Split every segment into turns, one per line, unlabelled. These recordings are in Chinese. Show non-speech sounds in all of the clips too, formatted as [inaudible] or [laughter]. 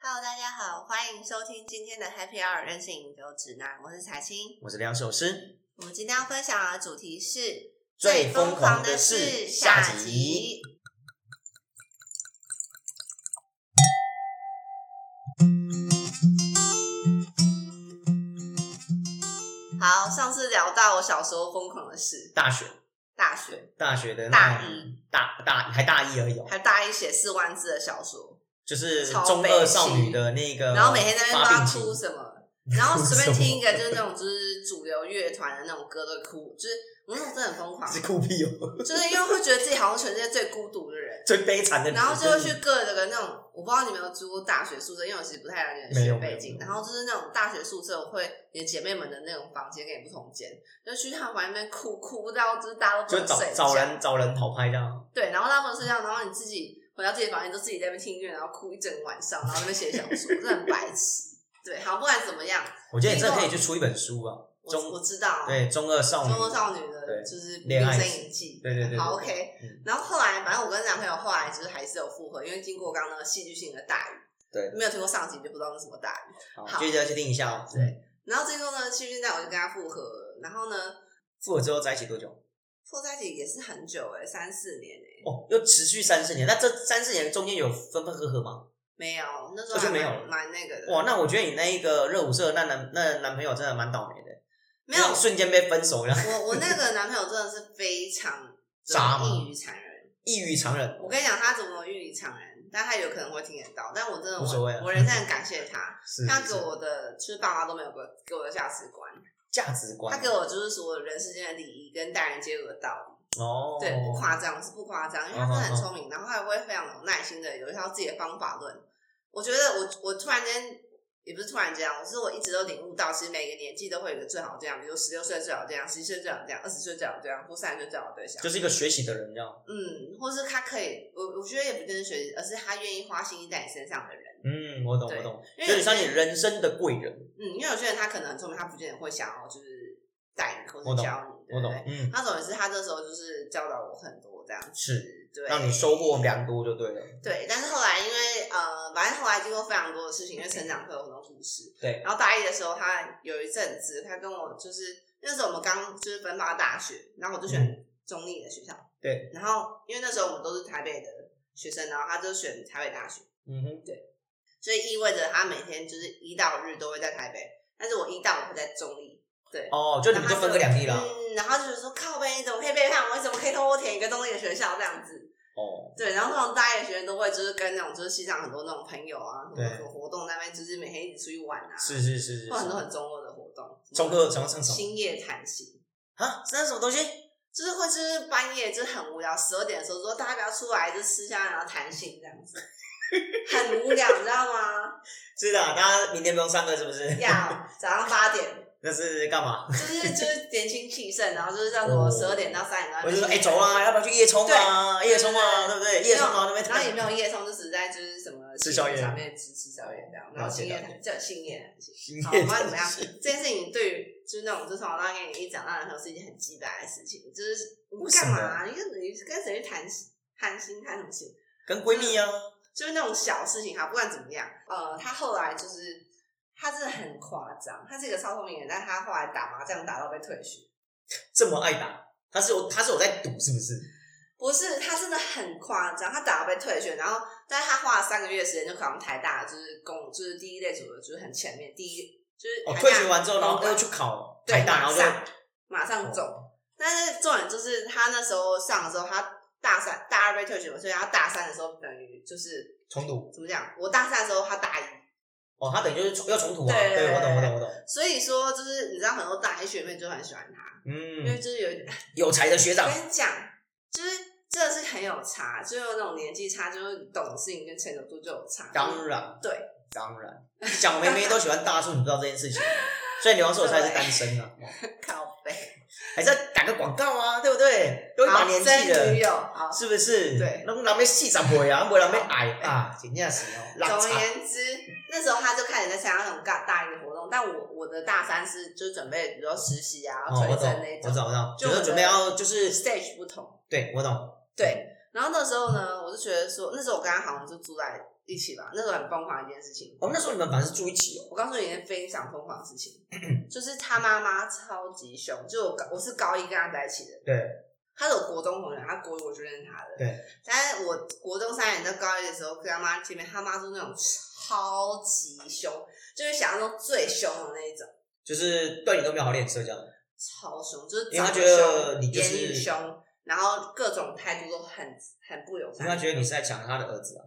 Hello，大家好，欢迎收听今天的 Happy Hour 任性饮酒指南，我是彩青。
我是两首诗，
我们今天要分享的主题是
最疯狂的事下集。
好，上次聊到我小时候疯狂的事，
大学
大学
大学的
大
那
一
大大还大一而已哦，
还大一写四万字的小说，
就是
超
中
悲
二少
情
女的那个，
然后每天在那边不知道
呃发病
哭
期，
什么。然后随便听一
[laughs]
个就是那
种
种就是主流乐团的那种歌都哭，就是我那时候真的很疯狂，
是哭屁哦，
就是因为会觉得自己好像全世界最孤独的
[laughs]
人，
最悲惨的女
然
生，
后就会去各个那种，我不知道你们有没有住过大学宿舍，因为我其实不太了解
没
学
有没
背
有
景。
没
然
有
后就是那种大学宿舍，我会连姐妹们的那种房间跟你不同间，就去他们房间那边哭哭到就是大家都不
就
能
找
睡
找
觉
人找人讨拍这样，
对，然后大部分睡觉，然后你自己回到自己的房间，就自己在那边听音乐，然后哭一整晚上，然后在那边写小说，真的很白痴。对，好，不管怎么样，
我觉得你这
听过
可以去出一本书啊，
我我
中
知道，
对中二少女，
中国少女的
对
就是
恋
名
爱
声
史
影记，
对对对对
好
对
OK
嗯。
然后后来，反正我跟男朋友后来就是还是有复合，因为经过刚刚那个戏剧性的大雨，
对
没有听过上集你就不知道那是什么大雨。好嗯
好，就要去听一下哦，对，
然后经过那个戏剧性大雨，我就跟他复合了，然后呢，
复合之后在一起多久？
复在一起也是很久哎、三四年哎、
哦，又持续三四年，那这三四年中间有分分合合吗？
没有，那时候
哦我就
还
没
蛮
有了
蛮那个的。
哇，那我觉得你那一个热舞社那男那男朋友真的蛮倒霉的，
没有，
瞬间被分手了，
我我那个男朋友真的是非常
渣吗
异于常人。
异于常人。
我跟你讲，他怎么异于常人，但他有可能会听得到，但我真的
无所谓
我
啊
我人生很感谢他。
[laughs] 是
他给我的就是爸妈都没有给我给我的价值观，
价值观，
他给我就是所有人世间的礼仪跟待人接物的道
哦，
理，对，不夸张是不夸张，因为他真的很
嗯嗯嗯
聪明，然后他也会非常有耐心的有一套自己的方法论。我觉得我我突然间也不是突然这样，我是我一直都领悟到，其实每个年纪都会有一个最好这样，比如十六岁最好这样，十七岁最好这样，二十岁最好这样，或三十岁最好对象，
就是一个学习的人，这样，
嗯，或是他可以，我我觉得也不一定是学习，而是他愿意花心意在你身上的人，
嗯，我懂，
对
我懂，
因为
有点像
有
你
些
人生的贵人，
嗯，因为有些人他可能很聪明，他不见得会想要就是带你或
我
者
懂
教你，对
我
不
懂
对？，
嗯，
他总也是他这时候就是教导我很多这样子，
是
对，
让你收获良多就对了，
对。但是后来因为呃，反正后来经过非常多的事情，因为成长会有很多故事。
对，
然后大一的时候，他有一阵子，他跟我就是那时候我们刚就是分发大学，然后我就选中立的学校，
嗯对。
然后因为那时候我们都是台北的学生，然后他就选台北大学，
嗯哼，
所以意味着他每天就是一到日都会在台北，但是我一到五会在中立。对，
哦，就你们就分隔两地了，
嗯，然后就是说靠背，你怎么可以背叛我？你怎么可以偷我填一个东立的学校这样子？
哦，
对，然后那种大一的学生都会就是跟那种就是西藏很多那种朋友啊，什么
对
什么活动那边，就是每天一起出去玩啊，
是是是是，
或很多
是
很中二的活动，
中二什么上什么
星夜谈心。
啊，是那什么东西？
就是会，就是半夜就是很无聊，十二点的时候说大家不要出来，就吃香然后谈心这样子，很无聊，你知道吗？
是的，大家明天不用上课是
[laughs]
不是？
要早上八点，
那是干嘛？
就是就是年轻气盛，然后就是叫什么
哦
十二点到三点到，
我就说，哎，走啊，要不要去夜冲啊？
对
夜冲啊，对
对
不对？夜冲啊，那边
然后也没有夜冲，就只是在就是什么
吃宵夜
上面吃吃宵夜这样，然后
了解
兴
了
业叫兴业谈心。
新
好，
夜
不管怎么样
冲，
这件事情对于就是那种就从小到大跟你一长大的朋友是一件很鸡巴的事情，就是你
为
干
什么
嘛啊？你跟你跟谁去谈心谈心谈什么心？
跟闺蜜啊，
就是那种小事情哈，不管怎么样，呃，他后来就是他真的很夸张，他是一个超聪明的人，但他后来打麻将打到被退学。
这么爱打，他是有他是有在赌是不是？
不是，他真的很夸张，他打到被退学，然后，但是他花了三个月的时间就考上台大，就是公，就是第一类组的，就是很前面，第一就是
哦，
台大
退学完之后，然后
公
又
管
去考
对
台大，
马
然后就
上马上
哦
走。但是重点就是他那时候上的时候，他大三大二被退学嘛，所以他大三的时候等于就是
重读。
怎么讲？我大三的时候他大一，
哦，他等于就是重要重读啊。
对对对
对，我懂，我
对
懂，我懂。
所以说就是你知道很多大一学妹就很喜欢他，因为
嗯，
就是有一
有才的学长
我，跟你讲，就是真的是很有差，就是有那种年纪差，就是懂事情跟成熟度就有差。
当然，
对，
当然，小妹妹都喜欢大叔，你不知道这
[laughs]
件事情。所以刘洋说我才是单身啊，哦
靠背，
还是要打个广告啊，对不对？都一把年纪
真女
了，
友，好。
是不是？
对哎
那人被细长婆呀，不然被
[laughs]
矮啊，真正是哦，
总
烂
而
惨。
言之，那时候他就开始在参加那种大大一的活动，但我我的大三是就准备，比如说实习啊、
哦，
推
我
甄
懂
那，
我
种，
懂，我懂，
就
就是准备要就，
就是 stage 不同。
对我懂，
对，然后那时候呢，我就觉得说，那时候我跟他好像就住在一起吧，那时候很疯狂的一件事情。
哦，那时候你们反正是住一起哦。
我告诉你一件非常疯狂的事情，就是他妈妈超级凶，就我高我是高一跟他在一起的，
对，
他是我国中同学，他国一我就认识他的，
对。
但是我国中三年到高一的时候，跟他妈见面，他妈是那种超级凶，就是想象中最凶的那一种，
就是对你都没有好脸色这样。
超凶，就是
因为他
长
觉
得
得
凶，
你就是
言语凶，然后各种态度都很很不友
因为
善。
他觉得你是在抢他的儿子啊。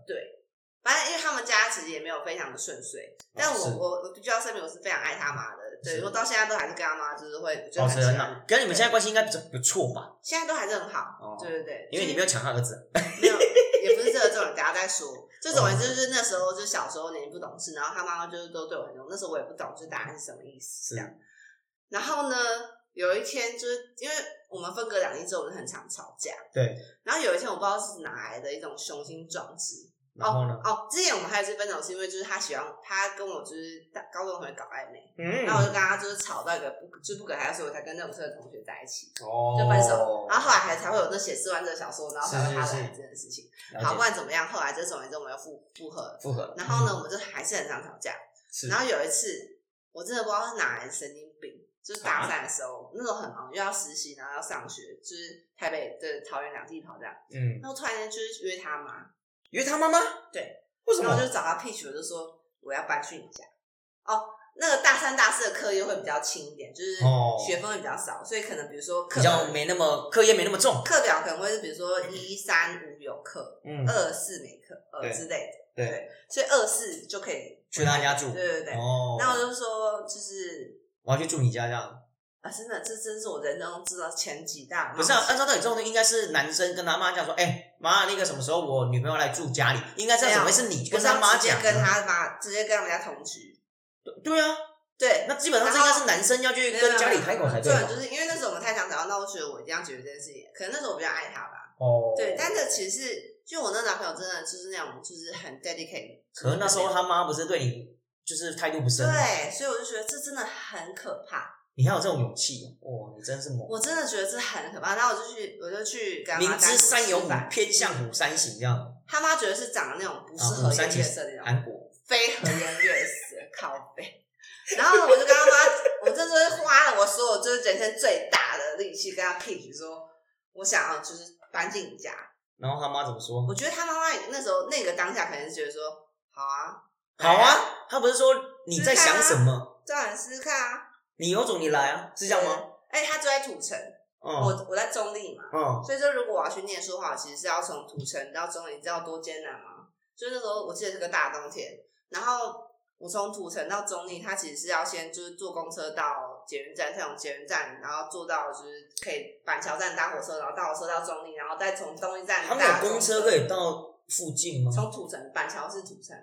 反正因为他们家其实也没有非常的顺遂，但我
哦是
我我必须要声明，我是非常爱他妈的，对
是
我到现在都还是跟他妈就是会就
保持
很喜
很
欢，
好。哦可是你们现在关系应该比较不错吧？
现在都还是很好，
哦
对对对，
因为你没有抢他儿子。
没有，也不是这个重点，等下再说。就总而言
哦
之，就是那时候就小时候年纪不懂事，然后他妈妈就是都对我很凶，那时候我也不懂，就是答案是什么意思
是
这样。然后呢，有一天就是因为我们分隔两地之后，我们很常吵架。
对。
然后有一天我不知道是哪来的一种雄心壮志，
然后呢？
哦，之前我们还有一次分手是因为就是他喜欢他跟我就是大高中同学搞暧昧，
嗯
然后我就跟他就是吵到一个不就不可开交，所以我才跟那种社的同学在一起。
哦
就分手，然后后来还才会有那写四万字的小说，然后才会
是
他
是
来
是
这件事情。
了解
好，不管怎么样，后来就总而言之我们又复复合。
复合。嗯
然后呢，我们就还是很常吵架。
是
然后有一次，我真的不知道是哪来的神经病，就是
啊
大三的时候，那时候很忙，又要实习，然后要上学，就是台北对桃园两地跑这样。
嗯，
然后突然间就是约他妈，
约他妈妈。
对，
为什
然后我
么？
就找他 pitch，我就说我要搬去你家。哦，那个大三大四的课又会比较轻一点，就是
哦
学分会比较少，所以可能比如说课
比较没那么课业没那么重。
课表可能会是比如说一三五有课，
嗯
二四没课呃
对
之类的，
对
所以二四就可以
去他家住。
对对对。
哦。
然后我就说，就是
我要去住你家这样。
啊，真的，这真是我人生中知道前几大
不是啊，按照道理这种东西应该是男生跟他妈讲说，哎妈，那个什么时候我女朋友来住家里，应该这样怎么会是你
我
跟
啊是
他
要
妈
直接
讲呢？啊
跟他妈直接跟他们家同居，
对啊，
对，
那基本上这应该是男生要去跟家里开口才
对
对吧，啊
就是因为那时候我们太常吵架，那我觉得我一定要解决这件事情，可能那时候我比较爱他吧，
哦
对，但是其实是。就我那男朋友真的就是那种，就是很 dedicate。
可能那时候他妈不是对你就是态度不深，，
对，所以我就觉得这真的很可怕。
你还有这种勇气，哇，你真是猛！
我真的觉得这很可怕。然后我就去，我就去跟他妈
明知山有虎
单独吃，饭
偏向虎山行这样。
他妈觉得是长得那种不是
啊
和
虎山
颜悦
行
色的那种，
韩国，
非和颜悦色， [laughs] 靠背。然后我就跟他妈，我这就是花了我所有就是人生最大的力气跟他 pitch 说，我想要就是搬进你家。
然后他妈怎么说？
我觉得他妈妈那时候那个当下可能是觉得说，好啊，
好啊，他不是说你在想什么？
对啊，你试试看啊，
你有种你来啊，是这样吗？
对？哎，他住在土城，
嗯
我我在中立嘛。
嗯，
所以说，如果我要去念书的话，我其实是要从土城到中立，你知道多艰难吗？就那时候我记得是个大冬天，然后我从土城到中立，它其实是要先就是坐公车到捷运站，再从捷运站然后坐到就是可以板桥站搭火车，然后搭火车到中立，然后再从中立站
他们
搭
有公车可以到附近吗？
从土城板桥是土城，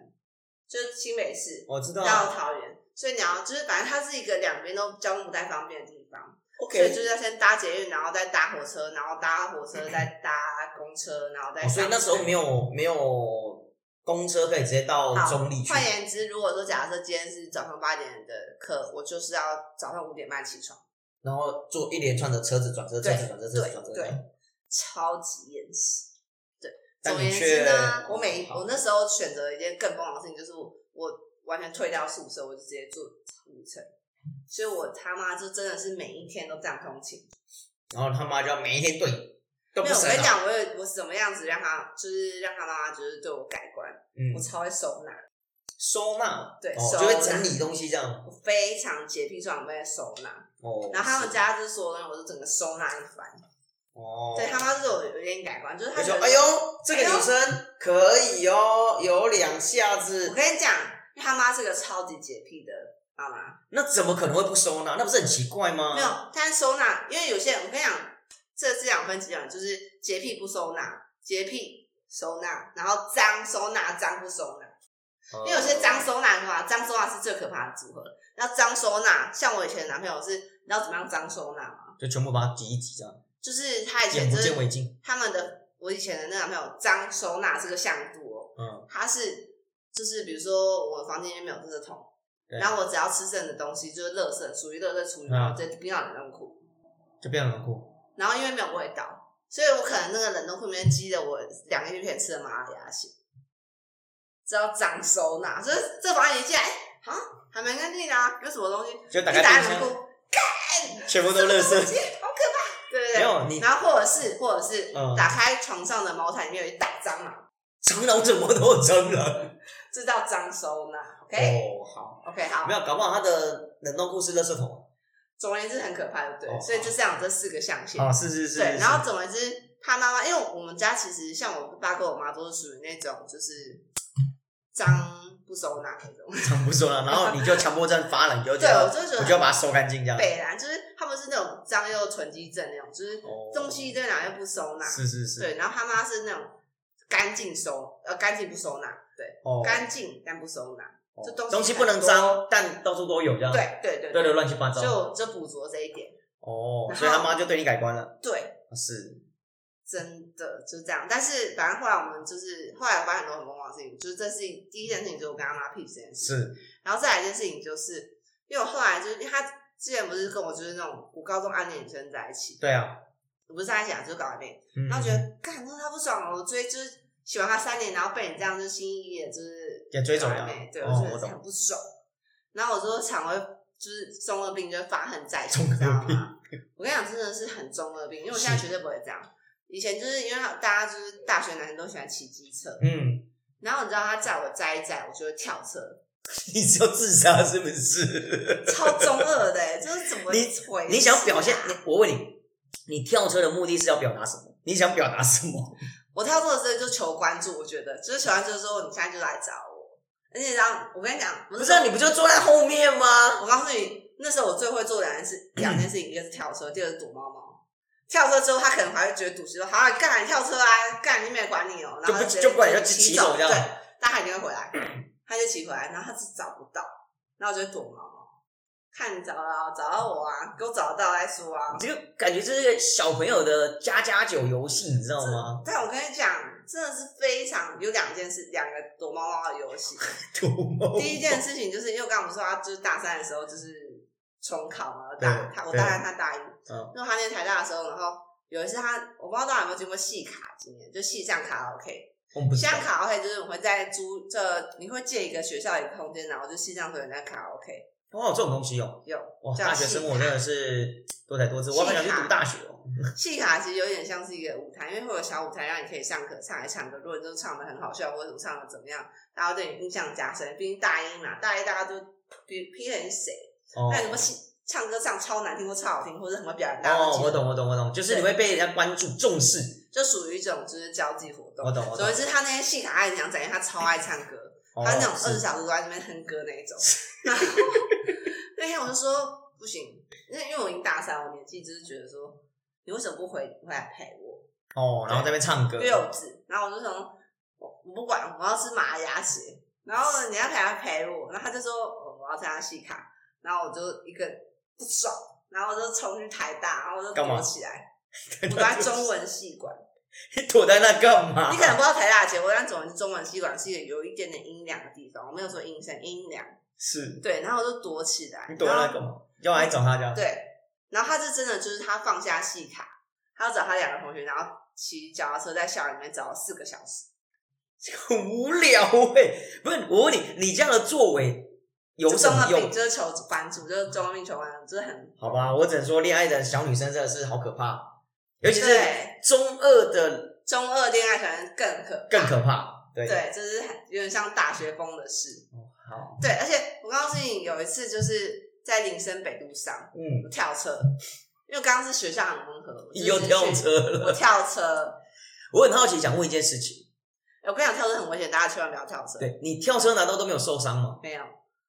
就是新北市
我知道
到
啊
桃园，所以你要就是反正它是一个两边都交通不太方便的地方。所以
，OK。
就是要先搭捷运，然后再搭火车，然后搭火车，再搭公车，然后再上
哦
车、
所以那时候没有没有公车可以直接到
好
中立去，
换言之，如果说假设今天是早上八点的课，我就是要早上五点半起床，
然后坐一连串的车子转车、车
对
子转车、车子转车。
对对，超级厌世。对，
嗯但
总而言
你
之呢，
却哦
我每
好
我那时候选择一件更疯狂的事情，就是我我完全退掉宿舍，我就直接住五层，所以我他妈就真的是每一天都这样通勤。
然后他妈就要每一天对你都
没有，
不
我
省
跟你
啊。
讲，我有我怎么样子让他就是让他妈妈就是对我改观，
嗯
我，超会收纳。
收纳，
对
哦，
收纳
就会整理东西这样。
我非常洁癖，所以我被收纳。
哦，
然后他们
是
家就是所有东西，我就整个收纳一番。
哦，
对他妈就是有有点改观，就是他
我
觉
说
得，
哎呦，这个女生可以哦，有两下
我
子，
跟你讲，因为他妈是个超级洁癖的妈妈，
那怎么可能会不收纳？那不是很奇怪吗？
没，有，但是收纳，因为有些人，我跟你讲，这是两分几种，就是洁癖不收纳，洁癖收纳，然后脏收纳，脏不收纳。
嗯
因
哦
为有些脏收纳的话，脏收纳是最可怕的组合。那脏收纳，像我以前的男朋友是，你知道怎么样脏收纳吗？
就全部把它挤一挤这样，
就是他以前
眼
就
不
是
见为净。
他们的我以前的那男朋友张收纳这个向度哦，
嗯，
他是就是比如说我房间里面没有垃圾桶，
对
然后我只要吃剩的东西就是垃圾，属于垃圾厨余，
嗯
然后直接冰到冷冻库，
就变得很酷。
然后因为没有味道，所以我可能那个冷冻库里面积了我两个月前吃的麻辣鸭血，知道掌手拿，所以这法案一进来，啊，还蛮干净的啊，有什么东西？
就打
你
开
打开
冰
冷
箱，
库，
全部
什
都
么
垃
东西，好可
圾。
怕，对不
没
对？
有你
然后或者是或者是
嗯
打开床上的毛毯里面有一大蟑螂，
蟑螂怎么都有蟑螂？
这叫脏收纳，OK
哦，好，
OK 好
没，有，搞不好它的冷冻库是垃圾桶啊
总而言之很可怕，对不
哦
对？所以就这样这四个象限，
啊，是是是，
对，
是
然
[laughs]
后总而言之，他妈妈，因为我们家其实像我爸跟我妈都是属于那种就是脏不收纳那种，
长不说了，然后你就强迫症发了，你就觉
对我
得
就觉得
我就要把它收干净这样。
北兰就是他们是那种脏又囤积症那种，就是
哦
东西一堆然后又不收纳，
是是是，
对，然后他妈是那种干净收呃干净不收纳，对，
哦，
干净但不收纳，
哦
这东西
东西不能脏，但到处都有这样。
对对对
对对，乱七八
所以
糟。
我就补足这一点，
哦，
然后
所以他妈就对你改观了。啊
对，
是，
真的就这样。但是反正后来我们就是后来我发现很多很疯狂的事情，就是这是第一件事情，就是我跟他妈屁这件事。
是，
然后再来一件事情，就是因为我后来就是因为他之前不是跟我就是那种我高中暗恋女生在一起，
对啊。
我不是在一起啊，就是搞暧昧。
嗯
然后觉得干，那他不爽了，我追就是喜欢他三年，然后被你这样就心意一眼就是
也追走
搞
了
暧昧，对，
哦
我觉
我
得
懂
很不爽。然后我就常会就是中二病，就会发恨在
中
心，
二
你知道
病
吗？我跟你讲，真的是很中二病，因为我现在
是
绝对不会这样。以前就是因为大家就是大学男生都喜欢骑机车，
嗯， [laughs]
然后你知道他载我载一载，我就会跳车，
你是要自杀是不是？
超中二的、欸，就是怎么啊
你
回、
你想表现，你我问你，你跳车的目的是要表达什么？你想表达什么？ [laughs]
我跳错的时候就求关注，我觉得就是求关注的时候，你现在就来找我。而且你知道，我跟你讲，不
不是啊，
说
你不就坐在后面吗？
我告诉你，那时候我最会做两件事，两件事情，一个是跳车，第二个是躲猫猫。跳车之后，他可能还会觉得堵车，说：“好啊，干跳车啊，干你没管你哦、然
就
后
不
直接
就不管就骑
骑
走这样
对，但他一定会回来，他就骑回来，然后他是找不到，然后我就躲猫猫，看你找到找到我啊，给我找到再说啊。
这个感觉就是个小朋友的加加酒游戏，你知道吗？
但我跟你讲，真的是非常有两件事，两个躲猫猫的游戏。
哦
第一件事情就是，因为我刚刚我们说他就是大三的时候就是重考嘛，大
对
他我
对
大三他大一，
嗯
因为他念台大的时候，然后有一次他我不知道大家有没有经过戏卡经验，就戏上卡拉 OK，
我们不
戏
知道
上卡拉 OK 就是我会在租这你会借一个学校一个空间，然后就戏上会有人在卡拉 OK
哇，有这种东西哦，
有
哇，
叫
大学生活真的是多才多姿，
戏
我
卡
好想去读大学哦。
戏卡其实有点像是一个舞台，因为会有小舞台让你可以上课唱来唱歌。如果你都唱的很好笑，或者唱的怎么样，大家对你印象加深。毕竟大一嘛，大一大家都比批评谁，
哦
那有什么戏唱歌唱超难听或超好听，或者什么表演大家都
哦，
记
我
得
懂，我懂，我懂，就是你会被人家关注、重视。
就属于一种就是交际活动。
我懂，我懂
总。之，他那些戏卡爱讲展，因为他超爱唱歌，
哦
他那种二十
是
小时都在那边哼歌那一种。 [laughs] 然后那天我就说不行，因为因为我已经大三，我年纪就是觉得说，你为什么不回回来陪我？
哦，然后在那边唱歌，
幼稚。然后我就想说，我我不管，我要吃马来鸭血。然后你要陪他陪我，然后他就说、哦我要参加戏卡，然后我就一个不爽，然后我就冲去台大，然后我就
干嘛
躲起来，我躲在中文系馆。
[laughs] 你躲在那干嘛？
你可能不知道台大的结果，但总之中文系馆是一个有一点点阴凉的地方，我没有说阴森，阴凉。
是
对，然后我就躲起来，
你躲在那
然后
干嘛？要来找他家？
对，然后他是真的就是他放下戏卡，他要找他两个同学，然后骑脚踏车在校园里面找了四个小时，
很无聊哎、不是，我问你，你这样的作为有什
中
么
了病
用？
就是求关注，就是中了病求关注，就是很
好吧，我只能说，恋爱的小女生真的是好可怕，尤其是
对
中二的
中二恋爱可能更可
更可怕。对，
对，就是很有点像大学风的事。
好，
对，而且我告诉你，有一次就是在林森北路上
嗯，
我跳车，因为刚刚是学校很温和，我就
又
是
跳
去
车
我
了。
跳车，
我很好奇，想问一件事情，
我跟你讲，跳车很危险，大家千万不要跳车。
对你跳车难道都没有受伤吗？
没有，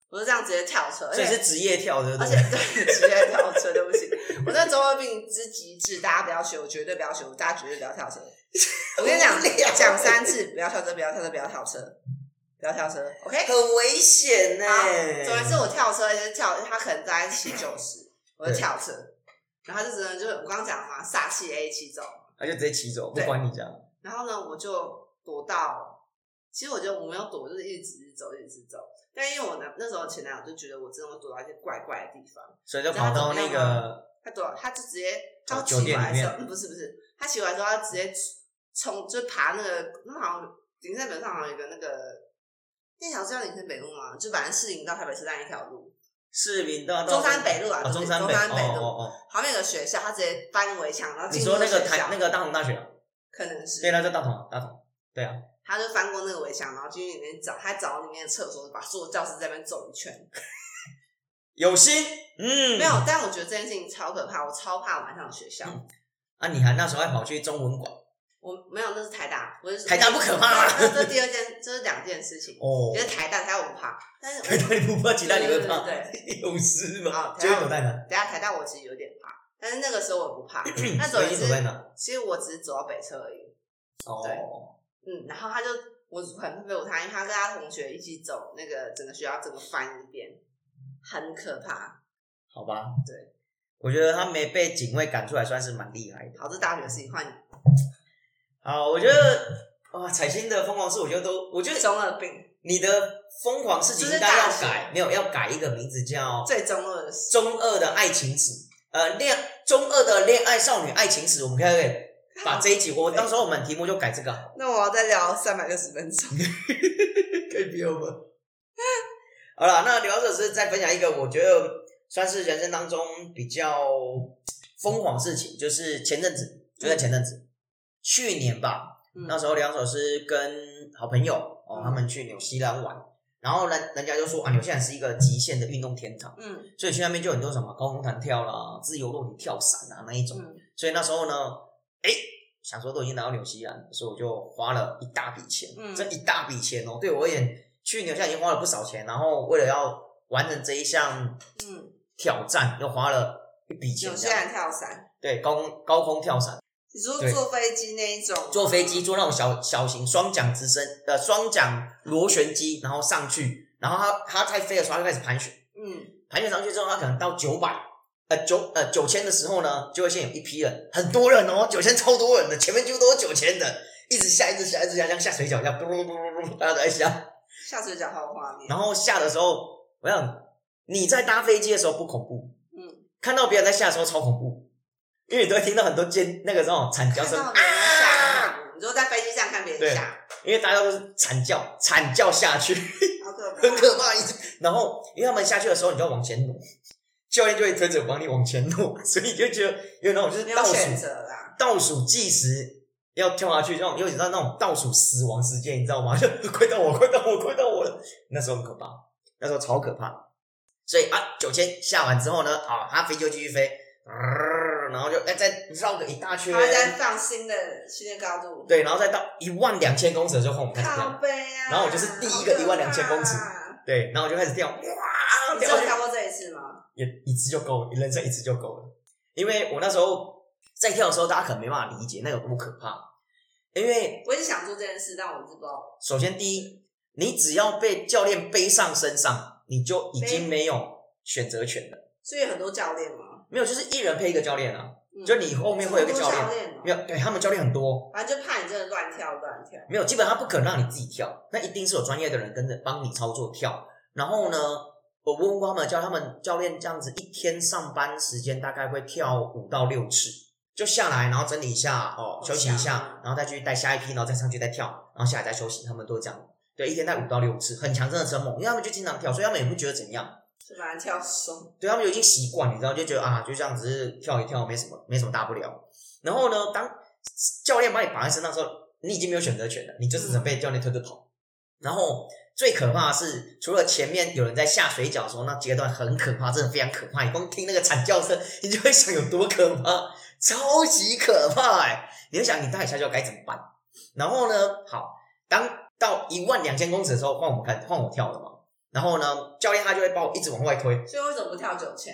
我就这样直接跳车，而
所以
且
是职业跳，对不
而且
对？
对，直接跳车，对不起，我那中二病之极致，大家不要学，我绝对不要学，我大家绝对不要跳车。我跟你讲
无聊，
讲三次，不要跳车，不要跳车，不要跳车，不要跳车，OK？
很危险呢、
好，总而言之，我跳车就是跳，他可能在骑九十，我就
对
跳车，然后他就只能就是我刚刚讲的嘛，煞气 A 骑走，
他就直接骑走，不
对
管你这样。
然后呢，我就躲到，其实我觉得我没有躲，就是一直直走，一直直走。但因为我男那时候前男友就觉得我真的会躲到一些怪怪的地方，
所以就跑到那
你知道他怎么
个
他躲，他就直接他
哦
骑回来的时
酒店
候，
里面
嗯不是不是，他骑回来之后，他直接冲，就爬那个，那好像顶山本上好像有一个那个那条是叫林森北路吗？就反正士林到台北车站一条路，
士林到
中山北路啊对
哦中
不起
山
中山
哦
北路啊
哦哦，
旁边有个学校，他直接翻围墙，然后
你
进入
说那个
学校
台那个大同大学啊，
可能是
对，那叫大同大同，对啊，
他就翻过那个围墙，然后进去里面找，他找里面的厕所，把所有教室在那边走一
[laughs]
圈。
有心，嗯，
没有，但我觉得这件事情超可怕，我超怕晚上学校。
啊，你还那时候还跑去中文馆
我没有，那是台大，我是
台大不可怕啊吗
这第二件，这是两件事情。
哦
我觉得台大台大我不怕，但是我
台大你不怕，其他你会怕，
对对对
有事吗
好？
九眼躲在哪？
等一下台大我其实有点怕，但是那个时候我不
[clears throat]
怕。那总
九
而
眼
言
躲在哪
之，？其实我只是走到北车而已。对
哦，
嗯，然后他就我很佩服他，因为他跟他同学一起走那个整个学校整个翻一遍，很可怕。
好吧，
对，
我觉得他没被警卫赶出来，算是蛮厉害的。
好，这大学的事情换你
好，我觉得
嗯
哇，彩星的疯狂事，我觉得都，我觉得
中二病
你的疯狂事情应该
就
要
是大
改，没有要改一个名字叫
最中二的
《
事，
中二的爱情史》，呃，恋中二的恋爱少女爱情史，我们可以把这一集，我到时候我们题目就改这个好了，
那我要再聊三百六十分钟。
[laughs] 可以不要吗？好了，那刘老师是再分享一个，我觉得算是人生当中比较疯狂的事情，就是前阵子，就在前阵子，去年吧，
嗯
那时候两首是跟好朋友哦
嗯，
他们去纽西兰玩，然后人人家就说啊，纽西兰是一个极限的运动天堂，
嗯
所以去那边就有很多什么高空弹跳啦、自由落体跳伞啊那一种。
嗯
所以那时候呢，哎、想说都已经来到纽西兰了，所以我就花了一大笔钱，
嗯
这一大笔钱哦，对我而言，去纽西兰已经花了不少钱，然后为了要完成这一项
嗯，
挑战，又花了一笔钱
纽
这
西
样，
兰跳伞，
对高空高空跳伞。
你说
对
坐飞机那一种，
坐飞机，坐那种小小型双桨直升呃双桨螺旋机，然后上去，然后它它在飞的时候它就开始盘旋，
嗯
盘旋上去之后，它可能到九百呃九呃九千的时候呢，就会先有一批人，很多人哦，九千超多人的，前面几乎都是九千的，一直下一直下一直下，像下水饺一样，嘟噜嘟噜嘟噜，大家都在下。
下水饺好有画面，
然后下的时候，我想你在搭飞机的时候不恐怖，
嗯，
看到别人在下的时候超恐怖。因为你都会听到很多尖那个那种惨叫
看
声，啊
到别人下，你说在飞机上看别人下，
因为大家都是惨叫，惨叫下去，
好可
[laughs]
怕，
很可怕。一直然后，因为他们下去的时候，你就要往前挪，教练就会推着往你往前挪， [laughs] 所以你就觉得有那种就是
没
倒
有
数
选择啦。
倒数计时要跳下去，那种有点像那种倒数死亡时间，你知道吗？就 [laughs] 快到我，快到我，快到我了。那时候很可怕，那时候超可怕。所以啊，九千下完之后呢，啊，他飞就继续飞，呃然后就哎再绕个一大圈
他，在放新的训练高度，
对，然后再到一万两千公尺的时候，我们开始
靠
跳。
背啊！
然后我就是第一个
好可怕啊
12000公尺对，然后我就开始跳，哇，
你只
跳
有
下
跳过这一次吗？
也一次就够了，人生一次就够了。因为我那时候在跳的时候，大家可能没办法理解那有多么可怕。因为
我一直想做这件事，但我不知道。
首先第一，你只要被教练背上身上，你就已经没有选择权了。
所以有很多教练嘛，
没有，就是一人配一个教练啊，
嗯
就你后面会有一个教
这么多
练。
练哦
没有，对他们教练很多，
反正就怕你真的乱跳乱跳。
没有，基本上不可能让你自己跳，那一定是有专业的人跟着帮你操作跳。然后呢，我问过他们教他们教练这样子，一天上班时间大概会跳五到六次，就下来，然后整理一下，哦，休息一
好强
下，然后再去带下一批，然后再上去再跳，然后下来再休息，他们都会这样。对，一天带五到六次，很强，真的是很猛，因为他们就经常跳，所以他们也不觉得怎样，
就把它跳松，
对他们就已经习惯，你知道，就觉得啊，就这样只是跳一跳，没什么，没什么大不了。然后呢，当教练把你绑在身上的时候，你已经没有选择权了，你就是只能被教练推着跑。然后最可怕的是，除了前面有人在下水饺的时候，那阶段很可怕，真的非常可怕。你光听那个惨叫声，你就会想有多可怕，超级可怕哎、你就想你到底下去要该怎么办？然后呢，好，当到一万两千公尺的时候，换我们看，换我跳了嘛。然后呢，教练他就会把我一直往外推，
所以为什么不跳九千？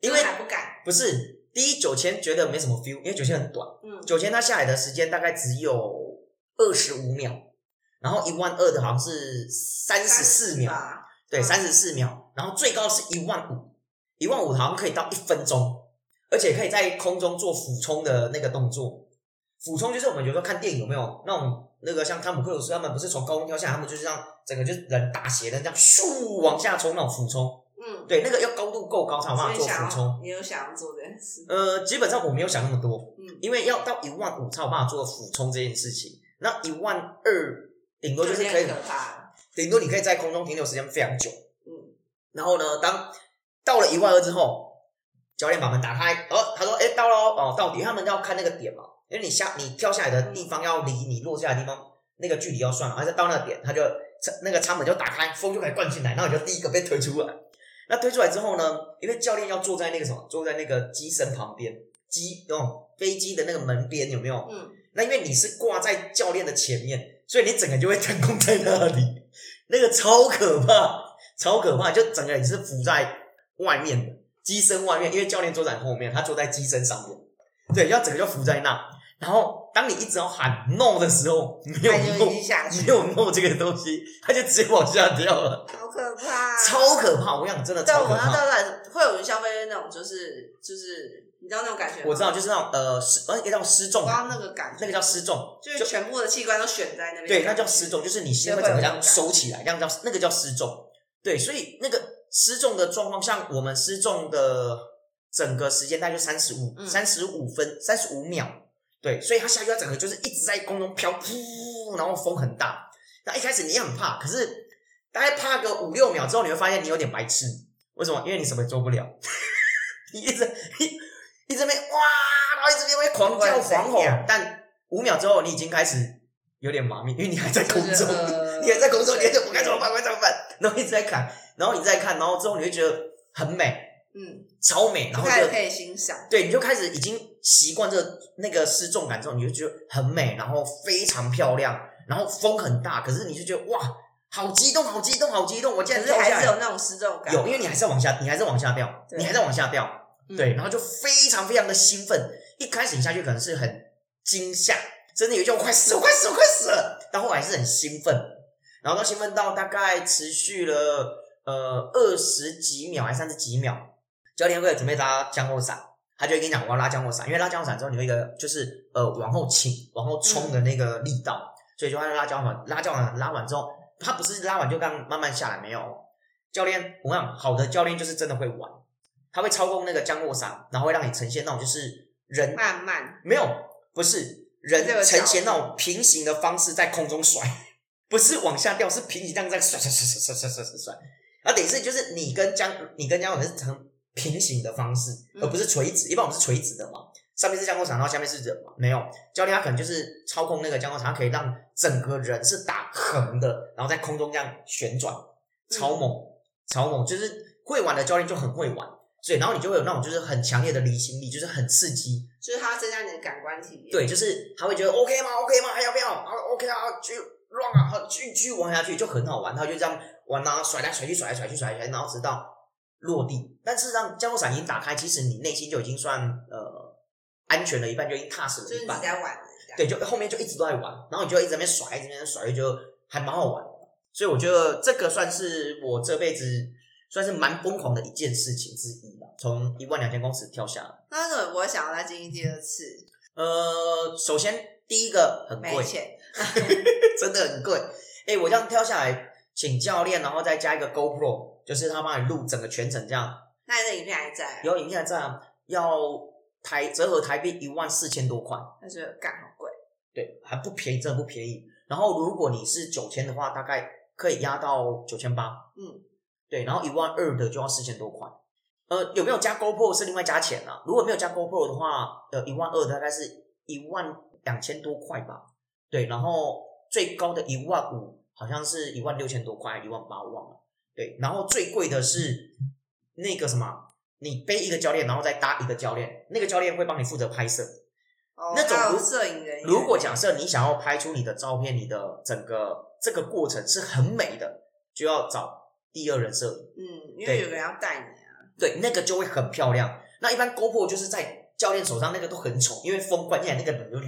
因为
还不敢。
不是第一九千觉得没什么 feel，因为九千很短。
嗯，
九千它下来的时间大概只有二十五秒，然后一万二的好像是三十四秒，
吧
对，
嗯
三十四秒，然后最高是一万五，一万五好像可以到一分钟，而且可以在空中做俯冲的那个动作。俯冲就是我们有时候看电影有没有那种那个像汤姆克鲁斯他们不是从高空跳下来，他们就是这样整个就是人打斜的这样咻往下冲那种俯冲，
嗯，
对，那个要高度够高才有
所
办法
以
做
想
俯
要
冲。
也有想要做这件事。
呃，基本上我没有想那么多，
嗯，
因为要到一万五才有办法做俯冲这件事情。那一万二顶多就是可以
有点可怕。
顶多你可以在空中停留时间非常久。
嗯，
然后呢，当到了一万二之后，教练把门打开，哦，他说：“哎，到喽，哦，到底因为他们要看那个点嘛，因为你下你跳下来的地方要离你落下的地方那个距离要算好，而且到那个点，他就那个舱门就打开，风就开始灌进来，然后你就第一个被推出来。那推出来之后呢，因为教练要坐在那个什么，坐在那个机身旁边，机那种飞机的那个门边有没有？
嗯，
那因为你是挂在教练的前面，所以你整个就会腾空在那里， [laughs] 那个超可怕，超可怕，就整个人是浮在外面的机身外面，因为教练坐在你后面，他坐在机身上面，对，要整个就浮在那。然后当你一直要喊 no 的时候，没有
他就
no，
已经哎下去
没有 no 这个东西，他就直接往下掉了，
好可怕，
超可怕！我跟你讲，真的
但
超
我
可
们要
怕。
到底会有人消费那种，就是就是，你知道那种感觉吗？
我知道，就是那种呃失，呃，一个叫失
我
重
不知
感，
道那个感觉，
那个叫失重，
就是全部的器官都选在那边，
对，那叫失重，就是你心会整个这样收起来，这样叫那个叫失重。对，所以那个失重的状况，像我们失重的整个时间大概就三十五、
嗯
三十五分、三十五秒。对，所以它下去，它整个就是一直在空中飘，噗，然后风很大。那一开始你也很怕，可是大概怕个五六秒之后，你会发现你有点白痴。为什么？因为你什么也做不了， [laughs] 你一直 [laughs] 一一直被哇，然后一直被狂叫狂吼
不管怎样，
但五秒之后你已经开始有点麻痹，因为你还在空
就是
中，
呃
[laughs] 你还在空中，你还在我该怎么办？我该怎么办？然后一直在看，然后你再看，然后之后你会觉得很美，
嗯，
超美，然后
开
就
始可以欣赏，
对，你就开始已经习惯这个那个失重感之后，你就觉得很美，然后非常漂亮，然后风很大，可是你就觉得哇，好激动，好激动，好激动！我竟
可
然
是
跳下
还
来
是有那种失重感，
有，因为你还是要往下，你还是往下掉，
对
你还在往下掉，
嗯
对，然后就非常非常的兴奋。一开始你下去可能是很惊吓，真的有一种快死了，快死了，快死了，但后来是很兴奋，然后到兴奋到大概持续了呃二十几秒还是三十几秒，教练会准备拉降落伞，他就会跟你讲我要拉降落伞，因为拉降落伞之后你有一个就是呃往后倾、往后冲的那个力
嗯
道，所以就他拉降落伞，拉降落伞拉完之后，他不是拉完就这样慢慢下来没有。教练，我跟你讲好的教练就是真的会玩，他会操控那个降落伞，然后会让你呈现那种就是人
慢慢
没有，不是人
这个角
呈现那种平行的方式在空中甩，不是往下掉，是平行这样在甩甩甩甩甩甩甩甩。啊，等于是就是你跟江，你跟江我是呈平行的方式，
嗯
而不是垂直。一般我们是垂直的嘛，上面是降落伞，然后下面是人嘛。没有教练他可能就是操控那个降落伞，他可以让整个人是打横的，然后在空中这样旋转，
嗯
超猛，超猛！就是会玩的教练就很会玩，所以然后你就会有那种就是很强烈的离心力，就是很刺激，
就是它会增加你的感官体验，，
对，就是他会觉得 OK 吗？OK 吗？还要不要？啊，OK 啊，继续 run 啊，好继续继续玩下去就很好玩，他就这样玩啊，甩来甩去，甩来甩去，甩来甩去，然后直到落地。但事实上，降落伞已经打开，其实你内心就已经算呃安全了一半，就已经踏实
就
了
是
一
你
半。
在玩了这样，
对，就后面就一直都在玩，然后你就一直在那边甩，一直在那边甩，就觉得还蛮好玩的。所以我觉得这个算是我这辈子算是蛮疯狂的一件事情之一吧，从一万两千公尺跳下来。
那为什么不会想要再经历第二次？
呃，首先第一个很
没
贵，
钱，
真的很贵。哎、我这样跳下来，请教练，然后再加一个 GoPro，就是他帮你录整个全程这样。
那你的影片还在啊，
有影片这样要台折合台币一万四千多块，
那就干好贵，
对，还不便宜，真的不便宜。然后如果你是九千的话，大概可以压到九千八，
嗯，
对，然后一万二的就要四千多块。呃，有没有加 GoPro 是另外加钱啊？如果没有加 GoPro 的话，呃，一万二大概是一万两千多块吧。对，然后最高的一万五好像是一万六千多块，一万八我忘了。对，然后最贵的是那个什么，你背一个教练，然后再搭一个教练，那个教练会帮你负责拍摄。
哦，
那种
还有
如
摄影人员，
如果假设你想要拍出你的照片，你的整个这个过程是很美的，就要找第二人摄影，
嗯，因为
对
有个人要带你啊，
对，那个就会很漂亮。那一般 GoPro 就是在教练手上那个都很丑，因为风灌进来那个人就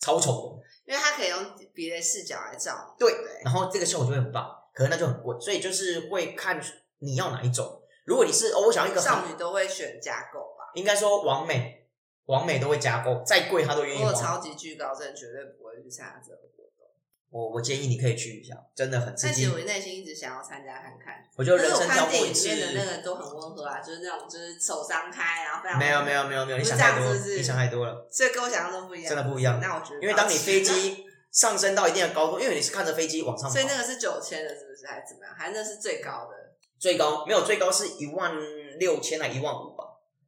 超丑的，
因为他可以用别的视角来照，
对
对，
然后这个效果就会很棒，可能那就很贵，所以就是会看你要哪一种。如果你是哦，我想要一个很
少女都会选加购吧，
应该说完美，完美都会加购，再贵他都愿意
我有
花。
超级巨高症，绝对不会去参加这个活动。
我我建议你可以去一下，真的很刺
但其
激
实。我内心一直想要参加看看，
我觉
可
得
是
人
我
生
看
跳
电影
过一
里
次
面的那个都很温和啊，就是那种就是手张开，然后非常
没有没有没有没有，你
不是
想
这样
太多，
是不是
你想太多了。
所以跟我想象中不一样，
真的不一样
那我觉得
因为当你飞机上升到一定的高度，因为你是看着飞机往上跑，
所以那个是九千的，是不是？还是怎么样？还是那是最高的？
最高没有最高是一万六千还一万五吧？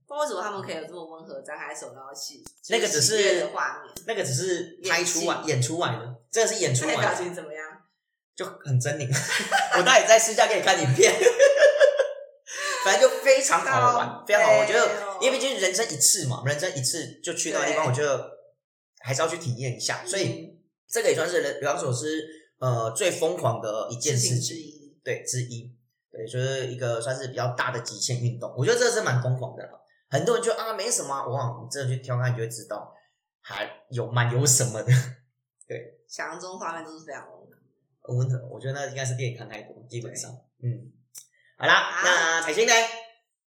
不知道为什么他们可以有这么温和，张开手然后戏，就
那个只
喜悦
是
的画面，
那个只是拍出
演
来演出来的，这个是演出
那
来
你表情
的，
怎么样？
就很狰狞。 [laughs] 我待会在私下给你看影片， [laughs] 反正就非常好玩，
哦
非常好玩。我觉得，
得
因为毕竟人生一次嘛，人生一次就去到地方，
对嗯
我觉得还是要去体验一下。所以这个也算是人疗养所是呃最疯狂的一件
事
事
情之
情，
一，
对之一，对，就是一个算是比较大的极限运动。我觉得这是蛮疯狂的啦。很多人就啊没什么啊，哇，你真的去挑看你就会知道，还有蛮有什么的。 [laughs]
想象中画面都是非常温和。
很温和，我觉得那应该是电影看太多，基本上，嗯，好啦，
好
那彩星呢？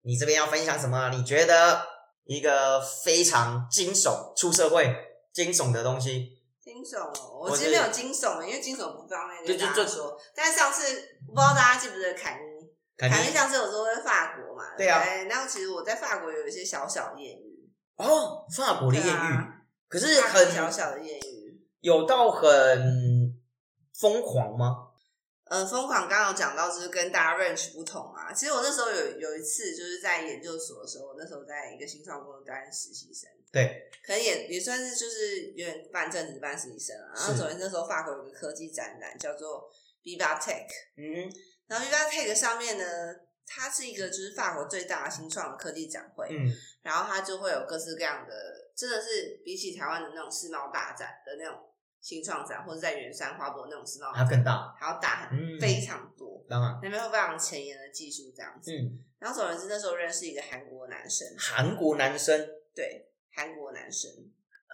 你这边要分享什么？你觉得一个非常惊悚、出社会惊悚的东西？
惊悚哦，我
我
其
是
实没有惊悚，因为惊悚不方便
就
跟
就
大
就
家说。但是上次我不知道大家记不记得凯妮，
感
凯妮
觉
上次有说在法国嘛，
对啊
不对。然后其实我在法国有一些小小艳遇，
哦，法国的艳遇，
对啊
可是
法国小
很
小的艳遇。
有到很疯狂吗？
呃，疯狂刚刚有讲到，就是跟大家 range 不同啊。其实我那时候有有一次就是在研究所的时候，我那时候在一个新创公司担任实习生，
对，
可能也也算是就是有点半正职半实习生啊。然后
是
总之那时候法国有个科技展览叫做 Viva Tech，
嗯
然后 Viva Tech 上面呢，它是一个就是法国最大的新创的科技展会，
嗯，
然后它就会有各式各样的，真的是比起台湾的那种世贸大展的那种新创展，或者在圆山花博那种世贸
还
展
要更大，
还要大很、
嗯
非常多，
当然，
那边会非常前沿的技术这样子。
嗯，
然后总而言之，那时候认识一个韩国男生，
韩国男生
对，韩国男生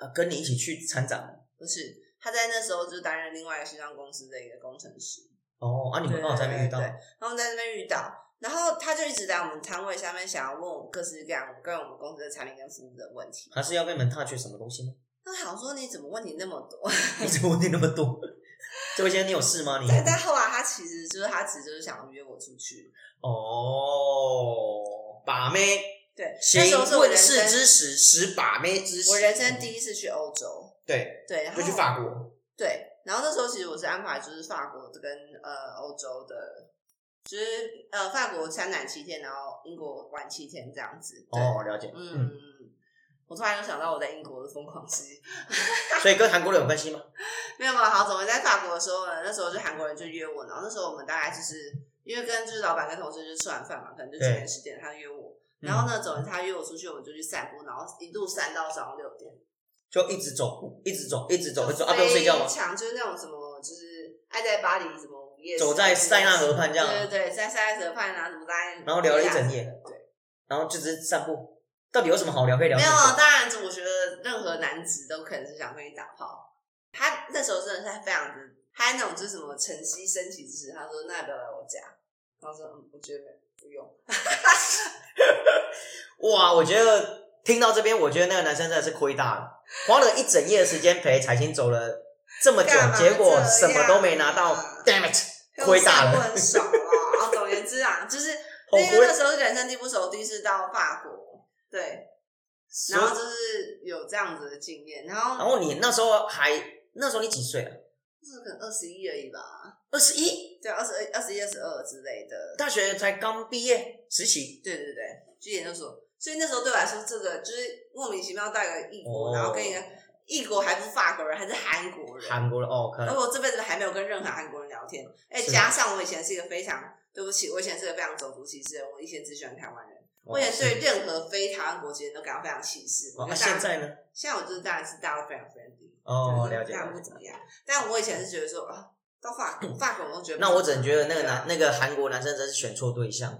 呃跟你一起去参展，
不是他在那时候就担任另外一个新创公司的一个工程师，
哦，啊，你们刚好在那边遇到
对，对对然后在那边遇到，然后他就一直来我们摊位下面，想要问我们各式各样跟我们公司的产品跟服务的问题。
还是要被你们 touch 什么
[laughs]
东西吗？
那想说你怎么问题那么多？
你怎么问题那么多？ [laughs] 这位先生，你有事吗？
[laughs]
你
但但后来他其实就是他只就是想要约我出去，
哦，把妹，
对，
行
那时候是我
问
人
世
生
之始，识把妹之始。
我人生第一次去欧洲，
对，
对，然后
就去法国，
对，然后那时候其实我是安排就是法国跟呃欧洲的。就是呃，法国参展七天，然后英国玩七天这样子。对，
哦，了解，嗯，
嗯，我突然又想到我在英国的疯狂时期，
所以跟韩国人有关系吗？
没有没有，好，总之在法国的时候呢，那时候就韩国人就约我，然后那时候我们大概就是因为跟就是老板跟同事就吃完饭嘛，可能就九
对嗯
点十点他约我，然后呢，总之他约我出去，我们就去散步，然后一路散到早上六点，
就一直走，一直走，一直走，一直走啊，不用
非
睡觉吗？
常就是那种什么，就是爱在巴黎什么午夜时
走在塞纳河畔这样，
对对对，在塞纳河畔啊什么大家，
然后聊了一整夜，
对。
然后就只是散步，到底有什么好聊？可以聊
没
很
有，啊
久。
当然，我觉得任何男子都可能是想跟你打炮。他那时候真的是非常的，他那种就是什么晨曦升起之时，他说：“那要不要来我家？”然后说：“嗯，我觉得不用。
哇，我觉得听到这边，我觉得那个男生真的是亏大了，花了一整夜的时间陪彩星走了这么久
干，嘛
结果
这
什
样
么都没拿到
啊
，damn it！”
我
亏大
散
了
步很爽啊！然后总而言之啊，就是
好
因为
亏
那。时候是人生地不熟，第一次到法国，对，然后就是有这样子的经验。然
然
后
后你那时候还那时候你几岁啊？
就是可能二十一而已吧，
二十一，
对，二十二、二十一、二十二之类的。
大学才刚毕业，实习。
对对对，去研究所。所以那时候对我来说，这个就是莫名其妙到一个异国，
哦
然后跟一个异国还不是法国人，还是韩国人，
韩国的哦，可
而
能
我这辈子还没有跟任何韩国人聊天。哎，
是
加上我以前是一个非常对不起，我以前是个非常种族歧视的人，我以前只喜欢台湾人，我也
哦
对
是
任何非台湾国籍的人都感到非常歧视。我
哦
觉得
啊
大家
现在呢？
现在我就是当然是大家都非常 friendly，
哦，
就是
了解。
大家不
了解
怎么样。但我以前是觉得说啊，到法国，法国我都觉得
那我只能觉得那个
对啊
男那个韩国男生真是选错对象了。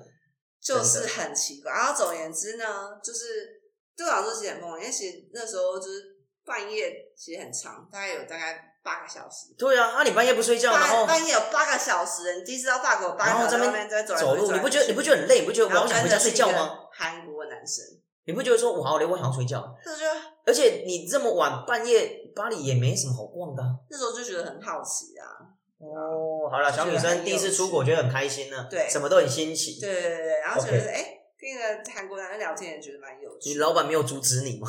就是很奇怪。然后总而言之呢，就是对我来说其实很疯狂，因为其实那时候就是半夜其实很长，大概有大概八个小时，
对啊，啊你半夜不睡觉，然
半
后
半夜有八个小时，你第一次到法国八
然
个
后
小时
这
在外
边
面在走来
走
走去
路，你不觉得你不觉得很累？你不觉得
然
我
后
好想
跟
回
着
家
是
睡
一
觉吗？
个韩国男生，
你不觉得说我好累，我想睡觉？
那时候就
而且你这么晚半夜，巴黎也没什么好逛的啊、
那时候就觉得很好奇啊，
哦，好了，小女生第一次出国觉得很开心呢、
对
什么都很新奇。
对对对对，然后觉得
OK
哎。诶跟一个韩国男生聊天也觉得蛮有
你
趣的，
老板没有阻止你吗？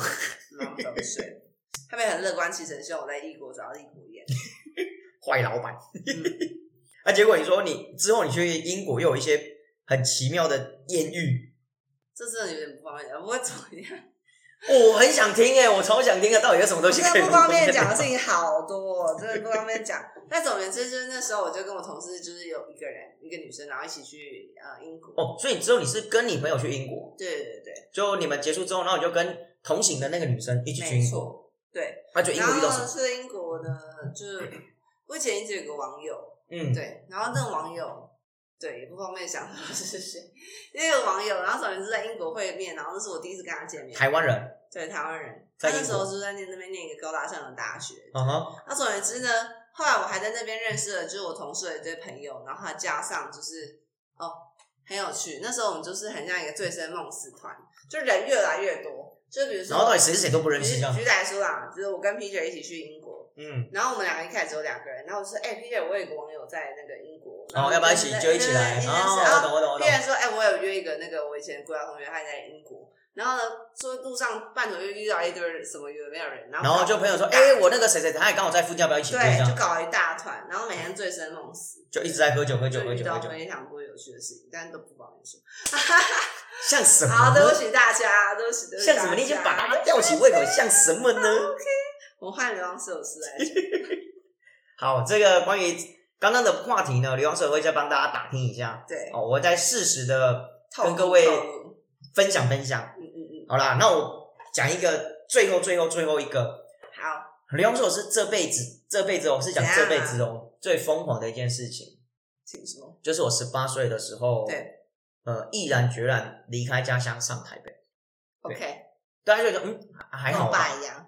然后睡，他们也很乐观其成，希望我在异国找到异国恋。
[laughs]
嗯
坏老板。啊，结果你说你之后你去英国又有一些很奇妙的艳遇，
这真的有点不方便讲，不过怎么样？
哦我很想听哎、 [laughs] 我超想听啊，到底有什么东
我
西
现
可以
在不方便讲
[laughs]
的
是
事情好多，真的不方便讲。但总而言之，就是那时候我就跟我同事，就是有一个人，一个女生，然后一起去呃英国。
哦，所以之后你是跟你朋友去英国，
对对对
就你们结束之后，然后你就跟同行的那个女生一起去英
没
国，
对
那、就
对，
英
然
国遇到什
后
么？
是英国的，就是我以前一直有个网友，
嗯，
对，然后那个网友，对，也不方便想是谁，那个网友，然后总之是在英国会面，然后那是我第一次跟他见面，
台湾人，
对台湾人，
在
他
英
那
国
时候是在念那边念一个高大上的大学，
嗯哼，
那总而言之呢，后来我还在那边认识了，就是我同事的一堆朋友，然后还加上就是哦，很有趣，那时候我们就是很像一个醉生梦死团，就人越来越多，就比如说，
然后到底谁是谁都不认识
举
这样，
举例来说啦，就是我跟 Peter 一起去英国，
嗯，
然后我们两个一开始只有两个人，然后我就说：“哎、p e t e r 我有一个网友在那个英国，
然后要不要一起就一起来？
然
哦，
后
我
然
懂
后
我懂我懂
Peter 说：“哎、我有约一个那个我以前国小同学，他也在英国。”然后呢，说路上半途又遇到一堆什么有的没有人，然后
然后就朋友说，哎、我那个谁谁谁，他也刚好在附近，要不要一起去这
对，就
样？
搞了一大团，然后每天醉生梦死，
就一直在喝酒喝酒
就
喝
遇
酒
到
喝酒，
非常多有趣的事情，但都不方便
[laughs]
说。
像什么？
好，对不起大家，对不起，对不起大
像
家。
什么？你已经把它吊起胃口，像什么呢？
我换流浪摄影师来讲，
好，这个关于刚刚的话题呢，刘洋社会再帮大家打听一下。
对，
哦，我再适时的
透露
[laughs] 跟各位
透露
分享分享。
嗯嗯嗯，
好啦，那我讲一个最后最后最后一个，
好，
刘洋社是这辈子这辈子哦，是讲这辈子哦最疯狂的一件事情，
请说。
就是我十八岁的时候，
对，
呃，毅然决然离开家乡上台北。
OK，
大家就觉得嗯还
跟
好
我
吧
爸，一样，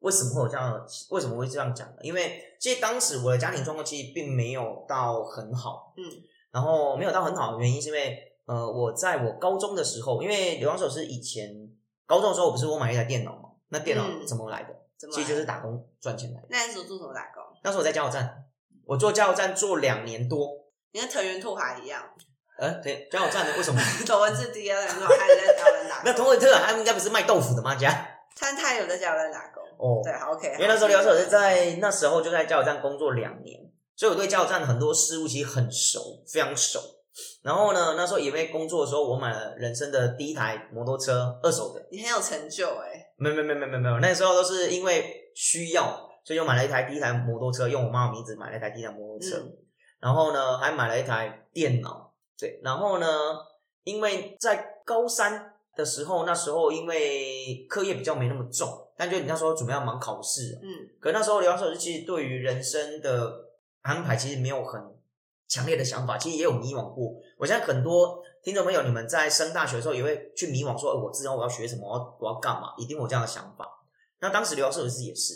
为什么会有这样的？为什么会这样讲呢？因为其实当时我的家庭状况其实并没有到很好，
嗯，
然后没有到很好的原因是因为，呃，我在我高中的时候，因为流浪手是以前高中的时候，我不是我买了一台电脑嘛？那电脑
嗯
怎么来的？
怎么
其
来？
实就是打工赚钱来的。
那你所做什么打工？
那时候我在加油站，我做加油站做两年多，
你跟藤原拓海一样，
呃，可以加油站的为什么？ [laughs]
头文字 D 啊，藤原拓海还在台湾打
那
工，
同伟特啊他们应该不是卖豆腐的吗？家
但他有在台湾打工。
哦，
对，啊好 OK 好。
因为那时候刘手是在那时候就在加油站工作两年，所以我对加油站很多事物其实很熟，非常熟。然后呢，那时候也为工作的时候，我买了人生的第一台摩托车，二手的，
你很有成就哎，
没有没有没有没有没有，那时候都是因为需要，所以就买了一台第一台摩托车，用我妈的名字买了一台第一台摩托车，
嗯
然后呢还买了一台电脑，对，然后呢，因为在高三的时候，那时候因为课业比较没那么重，但就你那时候准备要忙考试，
嗯
可那时候刘洋老师其实对于人生的安排其实没有很强烈的想法，其实也有迷惘过。我相信很多听众朋友，你们在升大学的时候也会去迷惘说，呃我之后我要学什么，我要我要干嘛，一定会有这样的想法。那当时刘洋老师也是，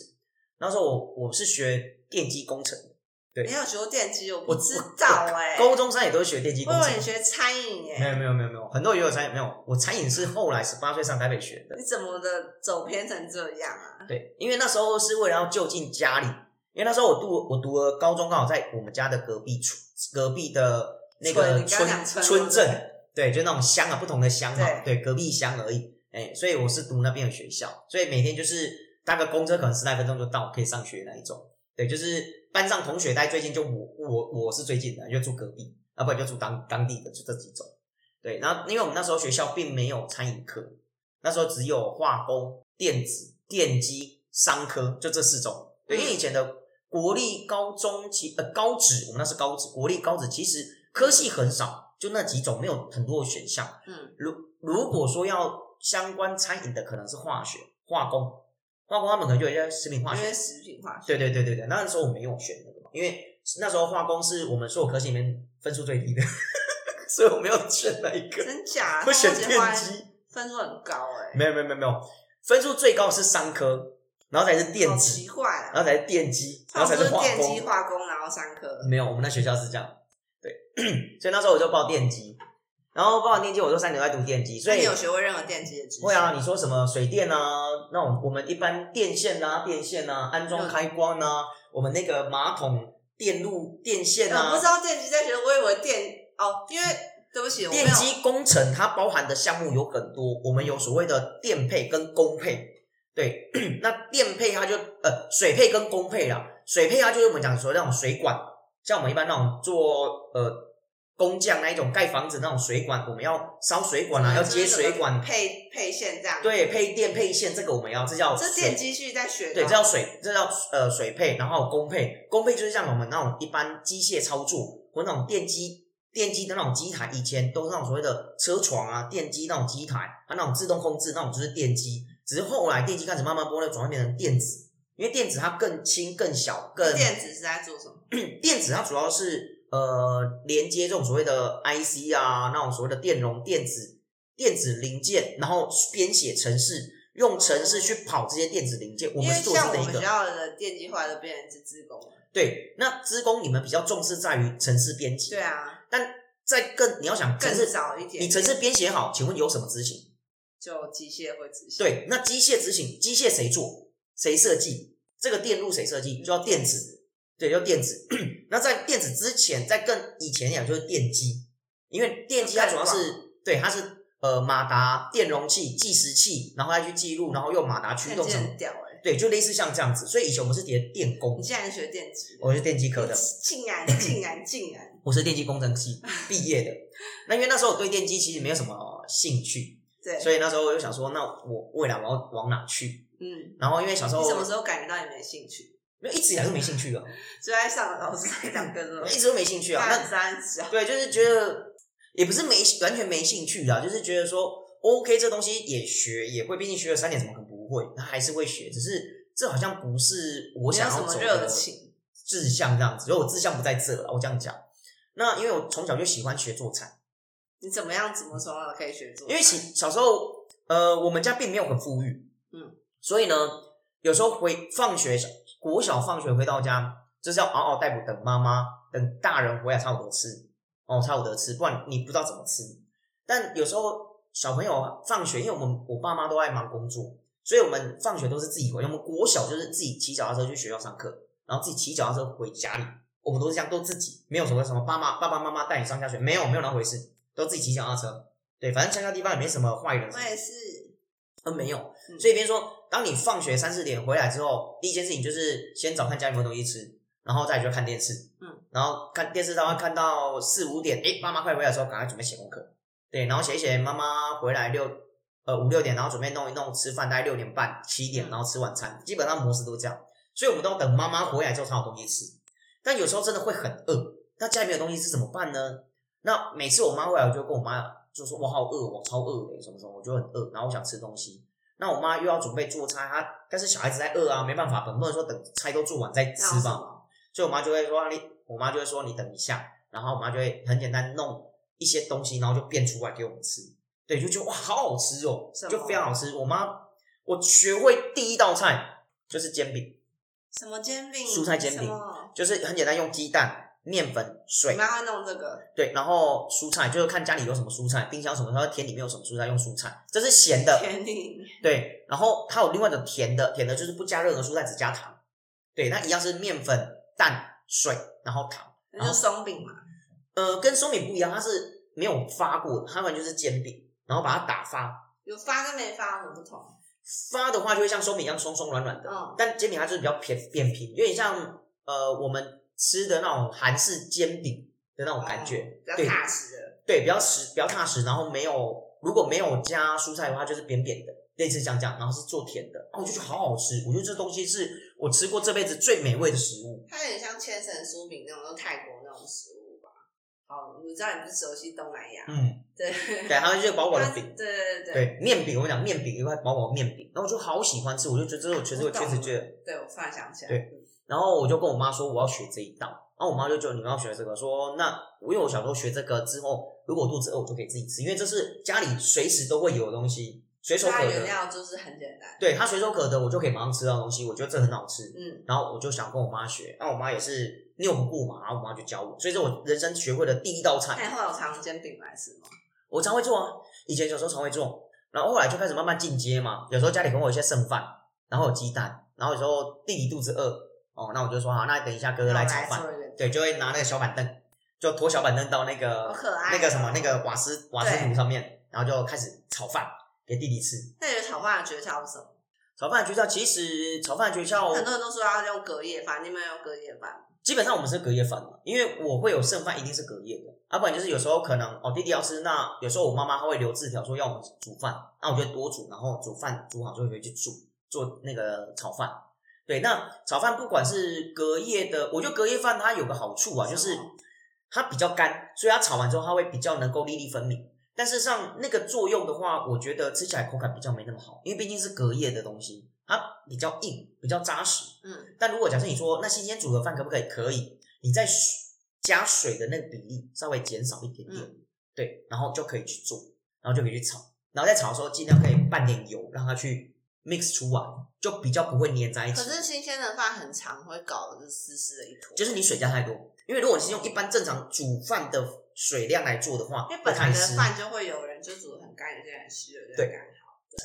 那时候我我是学电机工程的，对
没有学过电机，我
我
不知道哎。
高中生也都是学电机
我
工
以
程
为你。学餐饮
没
哎，
有没有没有没有，很多也有餐饮没有，我餐饮是后来十八岁上台北学的。
你怎么的走偏成这样啊？
对，因为那时候是为了要就近家里，因为那时候我读我读了高中，刚好在我们家的隔壁村，隔壁的那个
村你刚刚讲村
村
对不对
镇，对，就那种乡啊，不同的乡嘛，对，隔壁乡而已。哎，所以我是读那边的学校，所以每天就是搭个公车，可能十来分钟就到，可以上学那一种。对，就是班上同学待最近，就我我我是最近的，就住隔壁，啊要不然就住当当地的，就这几种。对，然后因为我们那时候学校并没有餐饮课，那时候只有化工、电子、电机、商科，就这四种。对，因为以前的国立高中其呃高职，我们那是高职，国立高职其实科系很少，就那几种，没有很多的选项。
嗯，
如如果说要相关餐饮的，可能是化学、化工，化工他们可能就有一些食品化
因
学
为。食品化学。
对对对对对，那时候我没有选那个嘛，因为那时候化工是我们所有科系里面分数最低的， [laughs] 所以我没有选那一个，
真假啊？
我选
化学
电
化
机。
分数很高哎，
没有没有没有没有，分数最高是商科，然后才是电
好
子
奇，怪啊
然。后才是电机，然后嗯才
他们
化
说电机
工。
化工，然后商科。
没有，我们那学校是这样，对， [clears throat] 所以那时候我就报电机，然后报完电机，我就三年都在读电机，所
那
以
你有学过任何电机的知识？
会啊，你说什么水电啊，那种我们一般电线啊、电线啊、安装开关啊，我们那个马桶电路、电线
我不知
啊，
道电机在学，我以为电哦，因为对不起，我没有
电机工程它包含的项目有很多，我们有所谓的 [clears throat] 电配跟工配，对，那电配它就呃水配跟工配啦，水配它就是我们讲说那种水管，像我们一般那种做呃工匠那一种盖房子那种水管，我们要烧水管
嗯
啊，要接水管，
配配线这样。，
对，配电配线，这个我们要这叫
这
水
电机系在学的。
对，这叫水，这叫呃水配，然后工配，工配就是像我们那种一般机械操作或那种电机电机的那种机台，以前都是那种所谓的车床啊、电机那种机台，啊那种自动控制那种就是电机，只是后来电机开始慢慢剥离，转换变成电子，因为电子它更轻、更小、更
电子是在做什么？
电子它主要是呃连接这种所谓的 IC 啊，那种所谓的电容、电子、电子零件，然后编写程式，用程式去跑这些电子零件。我
因
们
为
是做这
像我
个一
们
个。
学校的电机化都变成是自工。
对，那资工你们比较重视在于城市编辑，
对，啊，
但在更你要想城
更
市，
早一点。
你城市编写好，请问有什么执行？
就机械会执行。
对，那机械执行，机械谁做？谁设计？这个电路谁设计？就叫电子，对，叫电子。 [clears throat] 那在电子之前，在更以前讲就是电机，因为电机它主要是对，它是呃马达、电容器、计时器，然后再去记录，然后用马达驱
看
动
起
什
来
么
很，屌哎、
对，就类似像这样子。所以以前我们是学电工
你，竟然学电机？
我是电机科的，
竟然竟然竟然！
我是电机工程系毕业的。那因为那时候我对电机其实没有什么兴趣，
对，
所以那时候我就想说，那我未来我要往哪去？
嗯，
然后因为小时候
你什么时候感觉到你没兴趣？
没有一直以来都没兴趣啊，
就在上老师在讲跟
我
着
一直都没兴
[laughs]
趣啊。
大
那
三小，
对，就是觉得也不是没完全没兴趣啦，就是觉得说 OK 这东西也学也会，毕竟学了三年，怎么可能不会？那还是会学，只是这好像不是我
没有
想
什
要
么
走
热
的
情，
志向这样子，所以我志向不在这了，我这样讲。那因为我从小就喜欢学做菜。
你怎么样？怎么从小可以学做？
因为小小时候，呃，我们家并没有很富裕，
嗯，
所以呢，有时候回放学，小国小放学回到家，就是要嗷嗷待哺，等妈妈、等大人回来才有得吃，哦，才有得吃，不然你不知道怎么吃。但有时候小朋友啊放学，因为我们我爸妈都爱忙工作，所以我们放学都是自己回。我们国小就是自己骑脚踏车去学校上课，然后自己骑脚踏车回家里。我们都是这样，都自己没有什么什么爸妈爸爸妈妈带你上下学，没有没有那回事，都自己骑脚踏车。对，反正乡下地方也没什么坏人，
我也是，
呃没有。
嗯
所以别人说，当你放学三四点回来之后，第一件事情就是先找看家里有没有东西吃，然后再来就看电视。
嗯，
然后看电视的话，看到四五点，诶，妈妈快回来的时候，赶快准备写功课。对，然后写一写，妈妈回来六呃五六点，然后准备弄一弄吃饭，大概六点半七点，
嗯
然后吃晚餐，基本上模式都这样。所以我们都要等妈妈回来之后才有东西吃。但有时候真的会很饿，那家里没有东西吃怎么办呢？那每次我妈回来，我就跟我妈就说：“我好饿，我超饿的，什么什么，我就很饿，然后我想吃东西。”那我妈又要准备做菜，她但是小孩子在饿啊，没办法，总不能说等菜都做完再吃
那有什
吧。
么？
所以我妈就会说啊：“你，我妈就会说你等一下。”然后我妈就会很简单弄一些东西，然后就变出来给我们吃。对，就觉得哇，好好吃哦
什，么
就非常好吃。我妈，我学会第一道菜就是煎饼，
什么煎饼？
蔬菜煎饼
什么
就是很简单，用鸡蛋、面粉、
你
水，
妈会弄这个？
对，然后蔬菜就是看家里有什么蔬菜，冰箱什么，它田里面有什么蔬菜用蔬菜，这是咸的，
甜品
对。然后它有另外的甜的，甜的就是不加任何蔬菜，只加糖。对，那一样是面粉、蛋、水，然后糖。
那就松饼嘛。
呃，跟松饼不一样，它是没有发过的，它完全是煎饼，然后把它打发。
有发跟没发有什么不同？
发的话就会像松饼一样松松软软的，
嗯，
但煎饼它就是比较扁扁平，有点像呃我们吃的那种韩式煎饼的那种感觉，
比较
对
踏实的。
对，比较实，比较踏实，然后没有如果没有加蔬菜的话，就是扁扁的，类似像这样，然后是做甜的，啊，我就觉得好好吃，我觉得这东西是我吃过这辈子最美味的食物。嗯
它有点像千层酥饼那种，就泰国那种食物吧。好，我知道你不是熟悉东南亚，
嗯，
对，
对，还有就是薄薄的
它
饼，
对对对
对，面饼，我讲面饼一块薄薄的面饼，然后我就好喜欢吃，我就觉得这是我全世界
我懂
确实觉得，
对，我突然想起来，
对
嗯，
然后我就跟我妈说我要学这一道，然后我妈就觉得你们要学这个，说那因为我小时候学这个之后，如果肚子饿我就可以自己吃，因为这是家里随时都会有的东西，随手
它
可
原
得。
料就是很简单，
对它随手可得，我就可以马上吃到东西，我觉得这很好吃。
嗯，
然后我就想跟我妈学，那我妈也是拗不过嘛，然后我妈就教我，所以这是我人生学会的第一道
那
菜，
你后来有常煎饼来吃吗？
我常会做啊，以前小时候常会做，然后后来就开始慢慢进阶嘛，有时候家里可能会有一些剩饭，然后有鸡蛋，然后有时候弟弟肚子饿，哦，那我就说好，那等一下哥哥来炒饭，
做一个，
对，就会拿那个小板凳，就拖小板凳到那
好
个
可爱哦
那个什么那个瓦斯瓦斯
对
炉上面，然后就开始炒饭给弟弟吃，
那你觉得炒饭的诀窍是什么？
炒饭学校其实炒饭学校
很多人都说要用隔夜饭，你们有隔夜饭？
基本上我们是隔夜饭嘛，因为我会有剩饭，一定是隔夜的，要、不然就是有时候可能哦弟弟要吃，那有时候我妈妈她会留字条说要我们煮饭，那我就多煮，然后煮饭煮好就回去煮做那个炒饭。对，那炒饭不管是隔夜的，我觉得隔夜饭它有个好处啊，就是
什么
它比较干，所以它炒完之后它会比较能够粒粒分明。但是像那个作用的话，我觉得吃起来口感比较没那么好，因为毕竟是隔夜的东西，它比较硬，比较扎实。
嗯，
但如果假设你说那新鲜煮的饭可不可以？可以，你在水加水的那个比例稍微减少一点点，对，然后就可以去做，然后就可以去炒，然后在炒的时候尽量可以拌点油，让它去 mix 出来，就比较不会粘在一
可
起。
是新鲜的饭很常会搞的是湿湿的一坨，
就是你水加太多，因为如果你是用一般正常煮饭的水量来做的话，
因为
会
本来
太
的
湿，
饭就会有人就煮的很干，有些人湿，有些人干，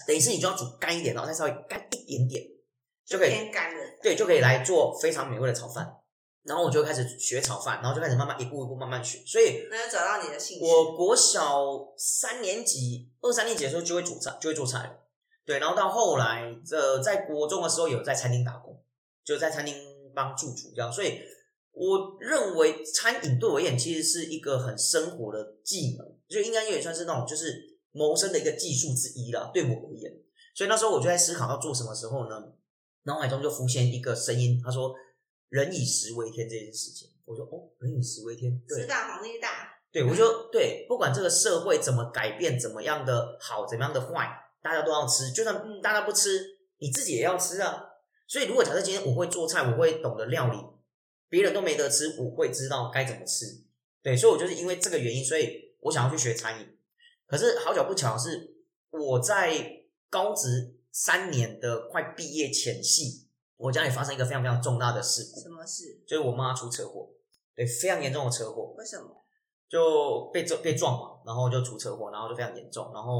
等于是你就要煮干一点，然后再稍微干一点点，就可以
偏干的。
对，就可以来做非常美味的炒饭。然后我就开始学炒饭，然后就开始慢慢一步一步慢慢学，所以
那就找到你的兴趣。
我国小三年级、二三年级的时候就会煮菜，就会做菜了。对，然后到后来，呃，在国中的时候有在餐厅打工，就在餐厅帮助厨这样。所以我认为餐饮对我而言其实是一个很生活的技能，就应该有点算是那种就是谋生的一个技术之一啦。对我而言，所以那时候我就在思考要做什么时候呢？脑海中就浮现一个声音，他说“人以食为天”这件事情。我说：“哦，人以食为天，对，
适当红利大，
对，我就对，不管这个社会怎么改变，怎么样的好，怎么样的坏，大家都要吃。就算
嗯
大家不吃，你自己也要吃啊。所以，如果假设今天我会做菜，我会懂得料理，别人都没得吃，我会知道该怎么吃。对，所以我就是因为这个原因，所以我想要去学餐饮。可是好巧不巧的是，我在高职三年的快毕业前夕，我家里发生一个非常非常重大的事故，
什么事？
就是我妈出车祸，对，非常严重的车祸。
为什么？
就被撞被撞嘛，然后就出车祸，然后就非常严重，然后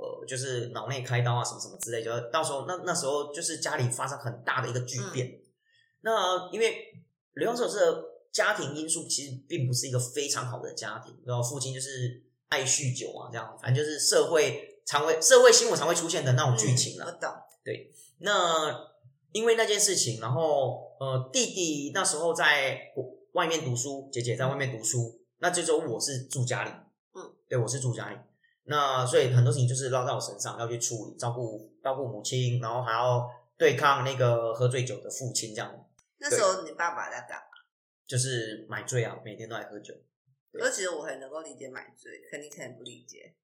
呃就是脑内开刀啊什么什么之类，就到时候那那时候就是家里发生很大的一个巨变。那因为刘洋手是家庭因素，其实并不是一个非常好的家庭，然后父亲就是爱酗酒啊这样，反正就是社会常会社会新闻常会出现的那种剧情啦。啊
嗯我懂。
那因为那件事情，然后呃，弟弟那时候在国外面读书，姐姐在外面读书，那这周我是住家里，
嗯，
对，我是住家里。那所以很多事情就是落在我身上，要去处理，照顾照顾母亲，然后还要对抗那个喝醉酒的父亲，这样
那时候你爸爸在打，
就是买醉啊，每天都在喝酒。对
而且我很能够理解买醉，可你可能不理解。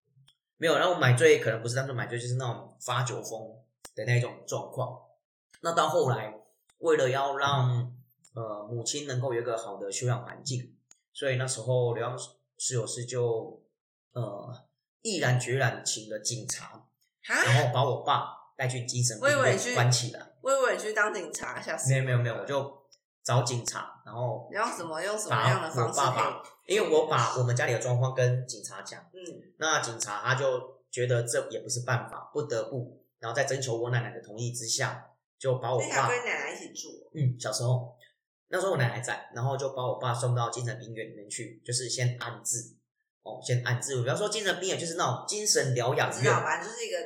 没有，然后买醉可能不是单纯买醉，就是那种发酒疯的那种状况。那到后来，为了要让呃母亲能够有一个好的休养环境，所以那时候刘洋室友是就呃毅然决然请了警察，然
哈，
后把我爸带去精神病
我以为你去
院关起来。
我以为你去当警察，吓死！
没有没有没有，我就找警察，然后
你要怎么用什么样
把
的
我
方式
爸
可以？
爸，因为我把我们家里的状况跟警察讲。
嗯，
那警察他就觉得这也不是办法，不得不，然后在征求我奶奶的同意之下，就把我
所以还
爸，
跟奶奶一起住。
嗯，小时候那时候我奶奶在，然后就把我爸送到精神病院里面去，就是先安置，哦，先安置。比方说精神病院就是那种精神疗养
我知道，
院，
反正就是一个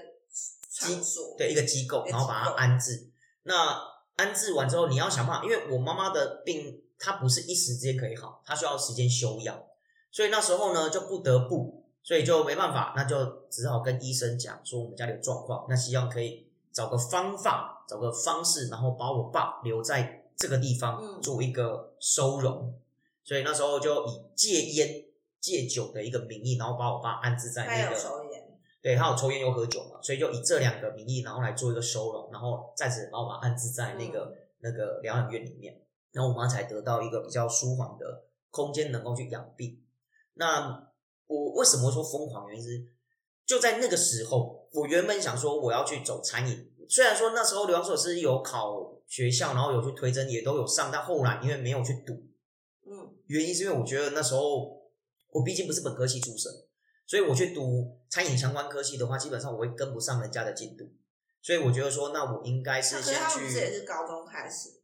场所。
对，一个机构，然后把它安置。那安置完之后，你要想办法，因为我妈妈的病，她不是一时之间可以好，她需要时间休养，所以那时候呢就不得不，所以就没办法，那就只好跟医生讲说我们家里有状况，那希望可以找个方法，找个方式，然后把我爸留在这个地方
嗯
做一个收容。所以那时候就以戒烟戒酒的一个名义，然后把我爸安置在
他
那
有
个
抽烟，
对，他有抽烟又喝酒嘛，所以就以这两个名义，然后来做一个收容，然后暂时把我妈安置在那个、那个疗养院里面，然后我妈才得到一个比较舒缓的空间，能够去养病。那我为什么说疯狂？原因是就在那个时候，我原本想说我要去走餐饮，虽然说那时候流浪所是有考学校，然后有去推甄，也都有上，但后来因为没有去读，
嗯，
原因是因为我觉得那时候我毕竟不是本科系出身，所以我去读餐饮相关科系的话，基本上我会跟不上人家的进度，所以我觉得说，那我应该
那
是
可是
先
他们不是也
去。
是高中开始，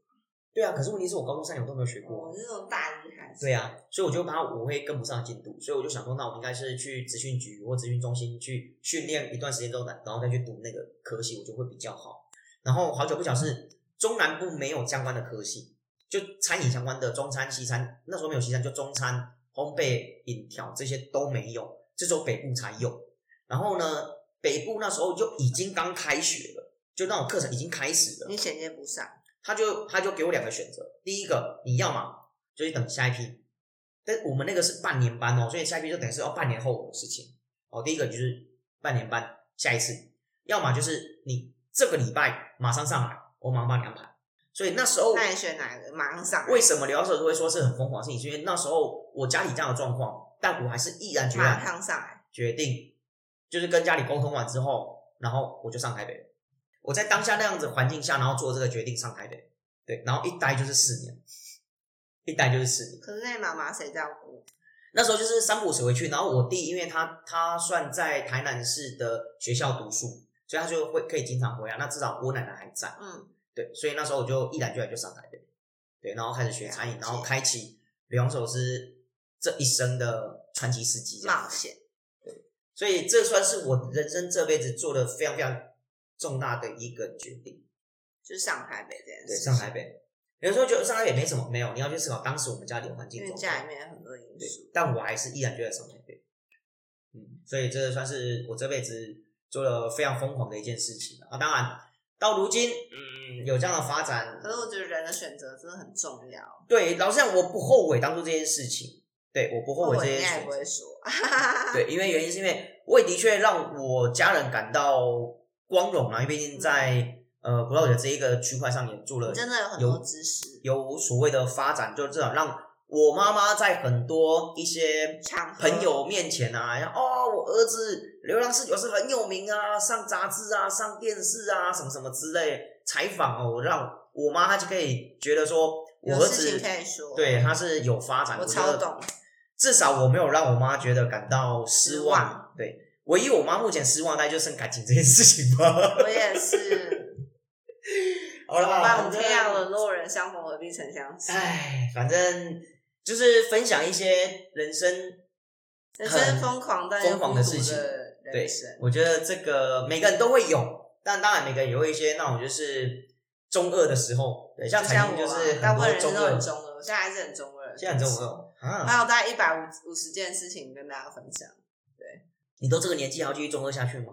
对啊，可是问题是我高中三年我都没有学过啊
我。是从大一开始。
对啊，所以我就怕我会跟不上进度，所以我就想说，那我应该是去职训局或职训中心去训练一段时间之后，然后再去读那个科系，我就会比较好。然后好久不巧是中南部没有相关的科系，就餐饮相关的中餐、西餐，那时候没有西餐，就中餐、烘焙、饮调这些都没有，这只有北部才有。然后呢，北部那时候就已经刚开学了，就那种课程已经开始了，
你衔接不上，
他就他就给我两个选择，第一个你要嘛就去等下一批，但我们那个是半年班哦，所以下一批就等于是哦半年后的事情哦。第一个就是半年班，下一次，要么就是你这个礼拜马上上来，我马上帮你安排。所以那时候
那你选哪个？马上上来，
为什么聊社会说是很疯狂的事情？是因为那时候我家里这样的状况，但我还是毅然决
马
然
上上来，
决定，就是跟家里沟通完之后，然后我就上台北了。我在当下那样子环境下，然后做这个决定上台北，对，然后一待就是四年，一待就是四年。
可是那你妈妈谁照顾？
那时候就是三不五时回去，然后我弟因为他他算在台南市的学校读书，所以他就会可以经常回来。那至少我奶奶还在，
嗯，
对，所以那时候我就毅然决然就上台北，对，然后开始学餐饮，然后开启刘洋手是这一生的传奇事迹，这样
冒险，
所以这算是我人生这辈子做的非常非常重大的一个决定。
就是上台北这件
对，
事情。
上台北，有时候觉得上台北没什么，没有，你要去思考当时我们家里的环境
因为
状
家里
况。
面有很多因
对
素，，
但我还是依然觉得上台北。嗯，所以这算是我这辈子做了非常疯狂的一件事情啊！当然，到如今，嗯，有这样的发展，
可是我觉得人的选择真的很重要。
对，老实讲，我不后悔当初这件事情，对，我不后
我
悔这件
应该
事
也
情
不。会说，
对，因为原因是因为我也的确让我家人感到光荣啊，因为毕竟在、呃葡萄酒这一个区块上也做了
你嗯啊真的有很
有
多知识，
有所谓的发展，就至少让我妈妈在很多一些
场合
朋友面前啊，然后哦，我儿子流浪四九是很有名啊，上杂志啊，上电视啊，什么什么之类采访哦，我让我妈她就可以觉得说我
有
儿
事情
子
可以说。，
对他是有发展，
我
觉得
超
[laughs]
懂
至少我没有让我妈觉得感到失
失
望。
望
对，唯一我妈目前失望，大概就剩感情这件事情
[laughs]
吧。
我也是。
[laughs] 好
好
啦，
吧，我们
反正
天涯沦落人，相逢何必曾相识。
哎，反正就是分享一些人生。
人生疯狂但又
疯狂的事情
孤独的
对
人生，，
我觉得这个每个人都会有，但当然每个人也会有一些那种就是中二的时候。对，像
就
彩
像
铃
我
就
啊
是很
大部
多
分人
中
都
二
很，中二，我现在还是很中二。
现在很中。二
[laughs] 还
啊！
有大概一百五五十件事情跟大家分享。
你都这个年纪还要继续中二下去吗？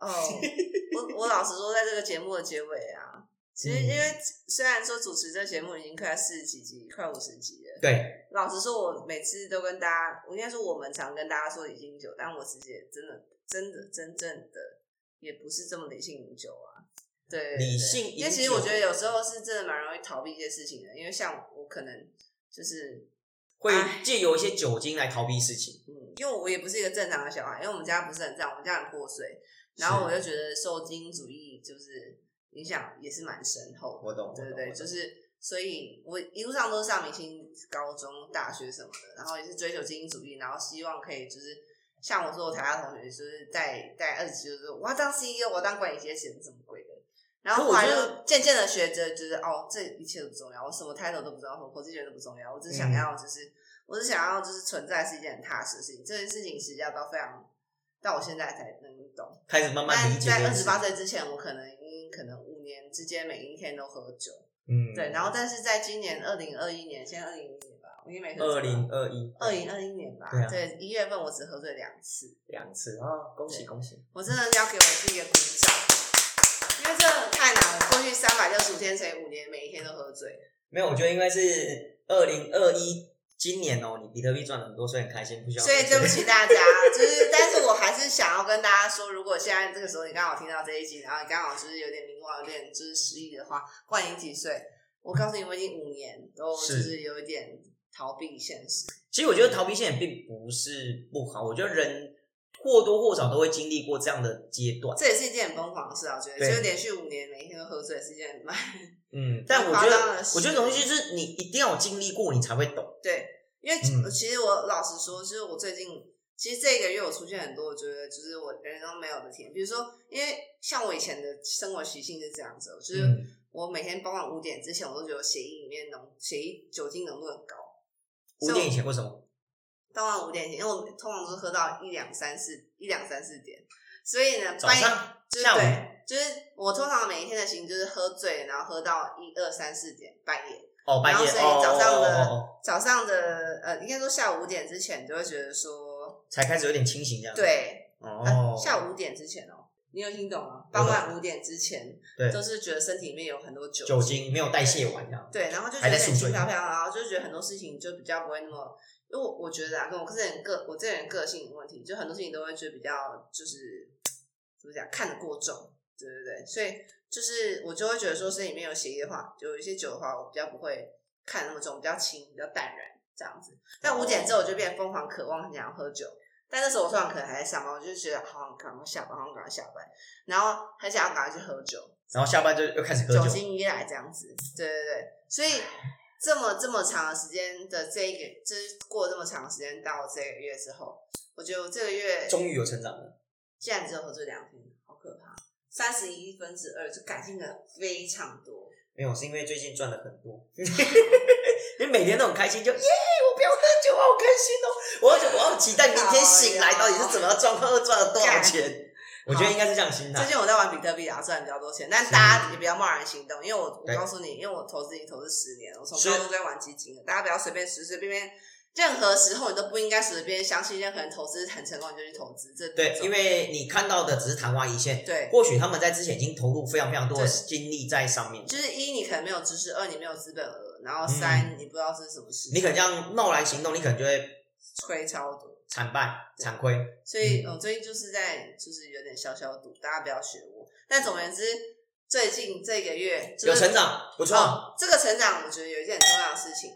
哦，
[laughs]
我我老实说，在这个节目的结尾啊，其
嗯
实因为虽然说主持这节目已经快四十几集，快五十集了，
对，
老实说，我每次都跟大家，我应该说我们常跟大家说已经久，但我自己也真的真的真正的也不是这么理性饮酒啊。对对对
理性饮酒
因为其实我觉得有时候是真的蛮容易逃避一些事情的，因为像我可能就是
会
哎
借由一些酒精来逃避事情。
嗯，因为我也不是一个正常的小孩，因为我们家不是很这样，我们家很破碎，然后我就觉得受精英主义就是影响也是蛮深厚的，
我懂，我
对
懂
对对，
我懂
就是所以我一路上都是上明星高中、大学什么的，然后也是追求精英主义，然后希望可以就是像我说我台大同学，就是在在二十几岁说我要当 E CEO，我要当管理阶层什么鬼的。然后后来
可我觉
就渐渐的学着，觉得哦，这一切都不重要，我什么 title 都不重要，什么国际学都不重要，我只
嗯
想要就是，我只想要就是存在是一件很踏实的事情。这件事情其实要到非常，到我现在才能懂。
开始慢慢理
但
解这
在
件
二
事
十八岁之前，我可能因可能五年之间每一天都喝酒，
嗯，
对，然后但是在今年二零二一年，现在二零一年吧，我应该没喝
二零二一
二零二一年吧
对啊，
对，一月份我只喝醉两次，
两次啊，恭喜
对
恭喜！
我真的要给我自己一个鼓掌，因为真的太难了，过去三百六十五天乘以五年，每一天都喝醉，
没有，我觉得应该是二零二一今年哦，你比特币赚了很多，所以很开心，不需要。
所以对不，起大家，就是，但是我还是想要跟大家说，如果现在这个时候你刚好听到这一集，然后你刚好就是有点迷惘，有点就是失忆的话，不管你几岁，我告诉你，我已经五年都就是是有一点逃避现实，
[laughs] 其实我觉得逃避现也并不是不好，我觉得人或多或少都会经历过这样的阶段。
这也是一件很疯狂的事啊，我觉得，
对
就是连续五年每一天都喝醉是一件很蛮 [laughs]
嗯，但我觉
夸张
得
的，事
我觉得这种东西就是你一定要有经历过，你才会懂。
对，因为
嗯
其实我老实说，就是我最近其实这个月我出现很多，我觉得就是我人生没有的甜，比如说，因为像我以前的生活习性是这样子哦，就是
嗯，
我每天傍晚五点之前，我都觉得我血液里面浓血液酒精浓度很高，
五点以前为什么？
傍晚五点前，因为我通常都是喝到一两三四一两三四点，所以呢，
早
半夜
上、
就是
下午
对，就是我通常每一天的行就是喝醉，然后喝到一二三四点半夜，
哦，半夜
然后所
哦，
以早上的
哦哦哦
早上的呃，应该说下午五点之前，就会觉得说，
哦才开始有点清醒这样。，
对，
哦
呃，，下午五点之前哦，你有听懂吗？
我懂
傍晚五点之前，
对
都是觉得身体里面有很多酒
酒精没有代谢完这样。
对，然后就觉
还
得
在
很
宿
轻
醉
飘飘，然后就觉得很多事情就比较不会那么，因为我我觉得啊，跟我个人个我这个人个性有问题，就很多事情都会觉得比较就是怎么讲看得过重，对对对，所以就是我就会觉得说，是里面有血液的话，就有一些酒的话，我比较不会看得那么重，比较轻，比较淡然这样子。但五点之后，我就变得疯狂渴望很想要喝酒。但那时候我通常可能还在上班，我就觉得好想赶快下班，好想赶快下班，然后很想要赶快去喝酒，
然后下班就又开始喝
酒
酒，
精依赖这样子，对对对，所以这么这么长的时间的这一个，就是过这么长的时间到这个月之后，我觉得我这个月
终于有成长了。
竟然只有喝醉两天，好可怕，三十一分之二，就改进了非常多。
没有，是因为最近赚了很多， [laughs] 因为每天都很开心，就耶！我不要喝酒，我好开心哦！我要酒，我要期待明天醒来到底是怎么样状况，又赚了多少钱？我觉得应该是这样心
最
态。
近我在玩比特币啊，赚比较多钱，但大家也不要贸然行动，因为我我
啊对
告诉你，因为我投资已经投资十年了，我从
是
高中就在玩基金了，大家不要随便随随便便。任何时候你都不应该随便相信任何人投资很成功你就去投资，这
对，因
为
为你看到的只是昙花一现，
对
或许他们在之前已经投入非常非常多的
对
精力在上面，
就是一你可能没有知识，二你没有资本额，然后三、你不知道这是什么事情，
嗯你可能这样贸然行动，你可能就会
亏超多。
惨败、惨亏。
所以
嗯
我、最近就是在就是有点消消毒，大家不要学我。但总而言之，最近这个月、就是、
有成长，不错。
哦，这个成长我觉得有一件很重要的事情。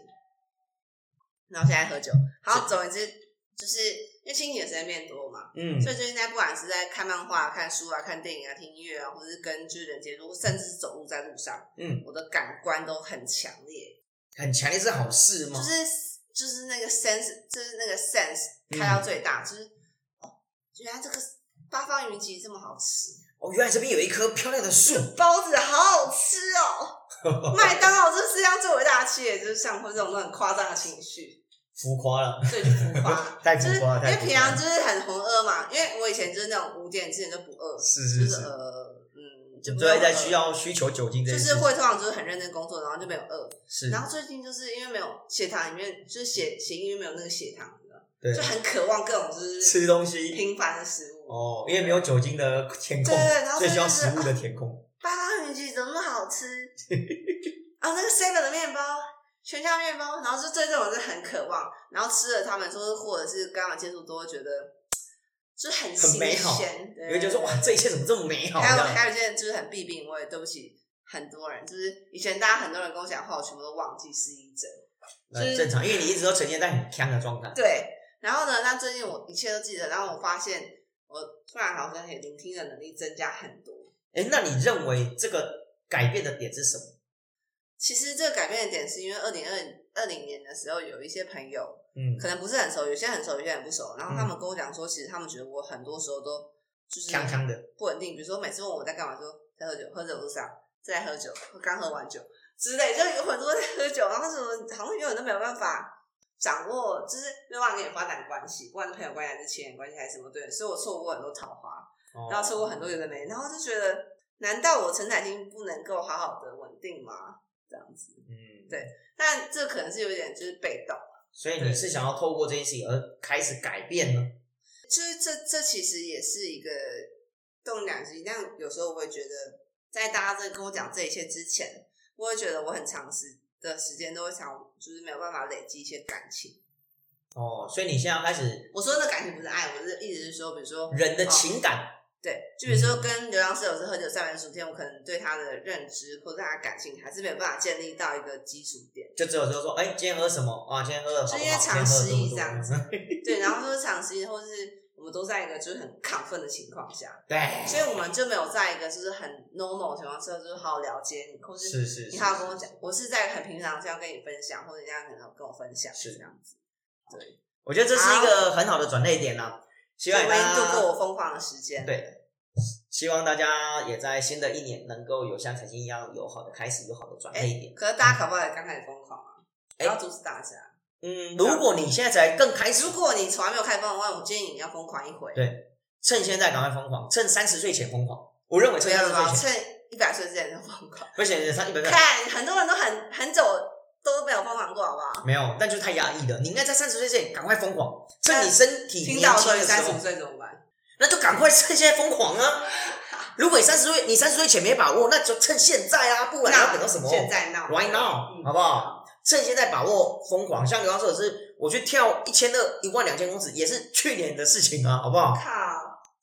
然后现在喝酒，好，总而言之就是因为清醒的时间变多嘛，
嗯，
所以最近在不管是在看漫画、看书啊、看电影啊、听音乐啊，或者是跟就是人接触，甚至是走路在路上，
嗯，
我的感官都很强烈。
很强烈是好事吗？
就是就是那个 sense，就是那个 sense
嗯
开到最大，就是哦，原来这个八方云集这么好吃，
哦，原来这边有一棵漂亮的树，
包子好好吃哦，
[laughs]
麦当劳这世界上最伟大的企业，就是像会这种很夸张的情绪，
浮夸了，
所以就浮夸
[laughs] 。太
就是
浮夸了，
因
太
为
浮
平
夸
常
了。
就是很红饿嘛，因为我以前就是那种五点之前就不饿，
是
就是是
是，
呃嗯，就
就
不
在
用
在
饿
需要需求酒精这
就
件
是
事情，
会通常就是很认真工作，然后就没有饿，
是
然后最近就是因为没有血糖里面，就是血血液里面没有那个血糖，你知道吗
对
就很渴望各种就是
吃东西
平凡的食物。
哦，因为没有酒精的填空
对对对然，后
所以需要
所以就是
食物的填空。
八方云集怎么那么好吃？ [laughs] 啊，那个 seven 的面包，全家面包，然后就对这种是很渴望，然后吃了他们说，或者是跟他们接触都会觉得就很
很美好
新鲜 [laughs] 对
你会觉得说哇，这一切怎么这么美好？
还
这
有
样
还有一件就是很弊病，我也对不起很多人，就是以前大家很多人跟我讲话，我全部都忘记失忆症。
那
就是
正常，因为你一直都呈现在很呛的状态。
对，然后呢？那最近我一切都记得，然后我发现我突然好像也聆听的能力增加很多。
哎，那你认为这个改变的点是什么？
其实这个改变的点是因为二零二二零年的时候，有一些朋友
嗯，
可能不是很熟，有些很熟，有些很不熟。然后他们跟我讲说，其实他们觉得我很多时候都就是
呛呛的，
不稳定，比如说每次问我在干嘛，说在喝酒，喝酒路上在喝酒，刚喝完酒之类，就有很多在喝酒，然后什么好像永远都没有办法掌握，就是没有办法跟你发展关系，不管是朋友关系还是亲人关系还是什么对，所以我错过很多桃花，
哦
然后错过很多有的没，然后就觉得难道我成长经不能够好好的稳定吗？这样子，
嗯，
对但这可能是有点就是被动。
所以你是想要透过这件事情而开始改变呢？
就是这这其实也是一个动两极，但有时候我会觉得，在大家在跟我讲这一切之前，我会觉得我很长时的时间都会想，就是没有办法累积一些感情。
哦，所以你现在要开始
我说的感情不是爱，我是意思是说，比如说哦
人的情感
对，就比如说跟流浪室友是喝酒三人数天，我可能对他的认知或者他的感情还是没有办法建立到一个基础点。
就只有说说，哎、今天喝什么啊？今天喝了好不好？
是因为常
今天喝了多
失忆
多
这样子
[laughs] 对
对，然后就是长时间或是我们都在一个就是很亢奋的情况下，所以我们就没有在一个就是很 normal 的情况下，就是好好了解你，或是
是是，
你
是
好好跟我讲，，我是在很平常这样跟你分享，或者你这样可能跟我分享，
是
这样子。对，
我觉得这是一个很好的转捩点啦、希
所
望
以我
啊大
已经度过
家
我疯狂的时间。
对，希望大家也在新的一年能够有像彩星一样有好的开始，有好的转捩
哎
点，。
可是大家搞不好也刚开始疯狂啊，不
哎
要阻止大家。
嗯，如果你现在才更开始
如，果你从来没有开始疯狂，我建议你要疯狂一回。
对，趁现在赶快疯狂，趁三十岁前疯狂。我认为
不
趁三
要
十岁
了，啊
前，
趁一百岁之前就疯狂。
而且他一百岁
看，很多人都很很久都没有疯狂过，好不好？
没有，那就是太压抑了。你应该在三十岁前赶快疯狂，趁你身体
听
年
到
轻
说你
的时
三十
候
五，岁怎么办？
那就赶快趁现在疯狂啊！如果你三十岁，你三十岁前没把握，那就趁现在啊，不然要
闹
等到什么？
现在闹
Right now，、
嗯
好不好？趁现在把握疯狂，像刘刚说的是，我去跳一千二、一万两千公尺，也是去年的事情啊，好不好？
靠，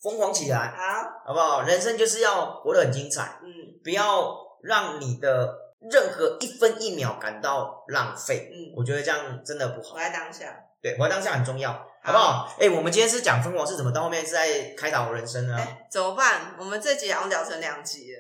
疯狂起来，
好，
好不好？人生就是要活得很精彩，
嗯
不要让你的任何一分一秒感到浪费。
嗯，
我觉得这样真的不好
活，在当下。
对，活在当下很重要，好不好？哎、我们今天是讲疯狂是怎么，到后面是在开导人生啊。
哎，怎么办？我们这集好像聊成两集了。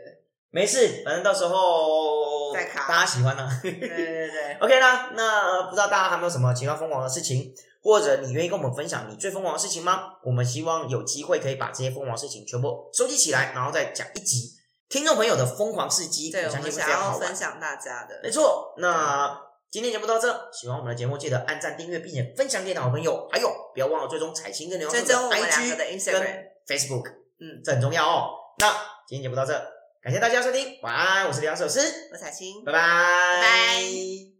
没事，反正到时候
再卡
大家喜欢啊。
对对
[laughs]
对，
OK 啦，那不知道大家还有没有什么其他疯狂的事情，或者你愿意跟我们分享你最疯狂的事情吗？我们希望有机会可以把这些疯狂的事情全部收集起来，然后再讲一集听众朋友的疯狂事迹，
对
我
我
相
们
信会
想
非常好
要
玩
分。享大家的
没。错，那今天节目到这，喜欢我们的节目记得按赞、订阅，并且分享给你的好朋友，还有不要忘了追踪彩星跟刘
追
洋
踪我
的
们两个的
IG、
Instagram。
Facebook，
嗯，
这很重要哦。那今天节目到这，感谢大家收听，晚安，我是梁老师，
我彩青。
拜拜，
拜拜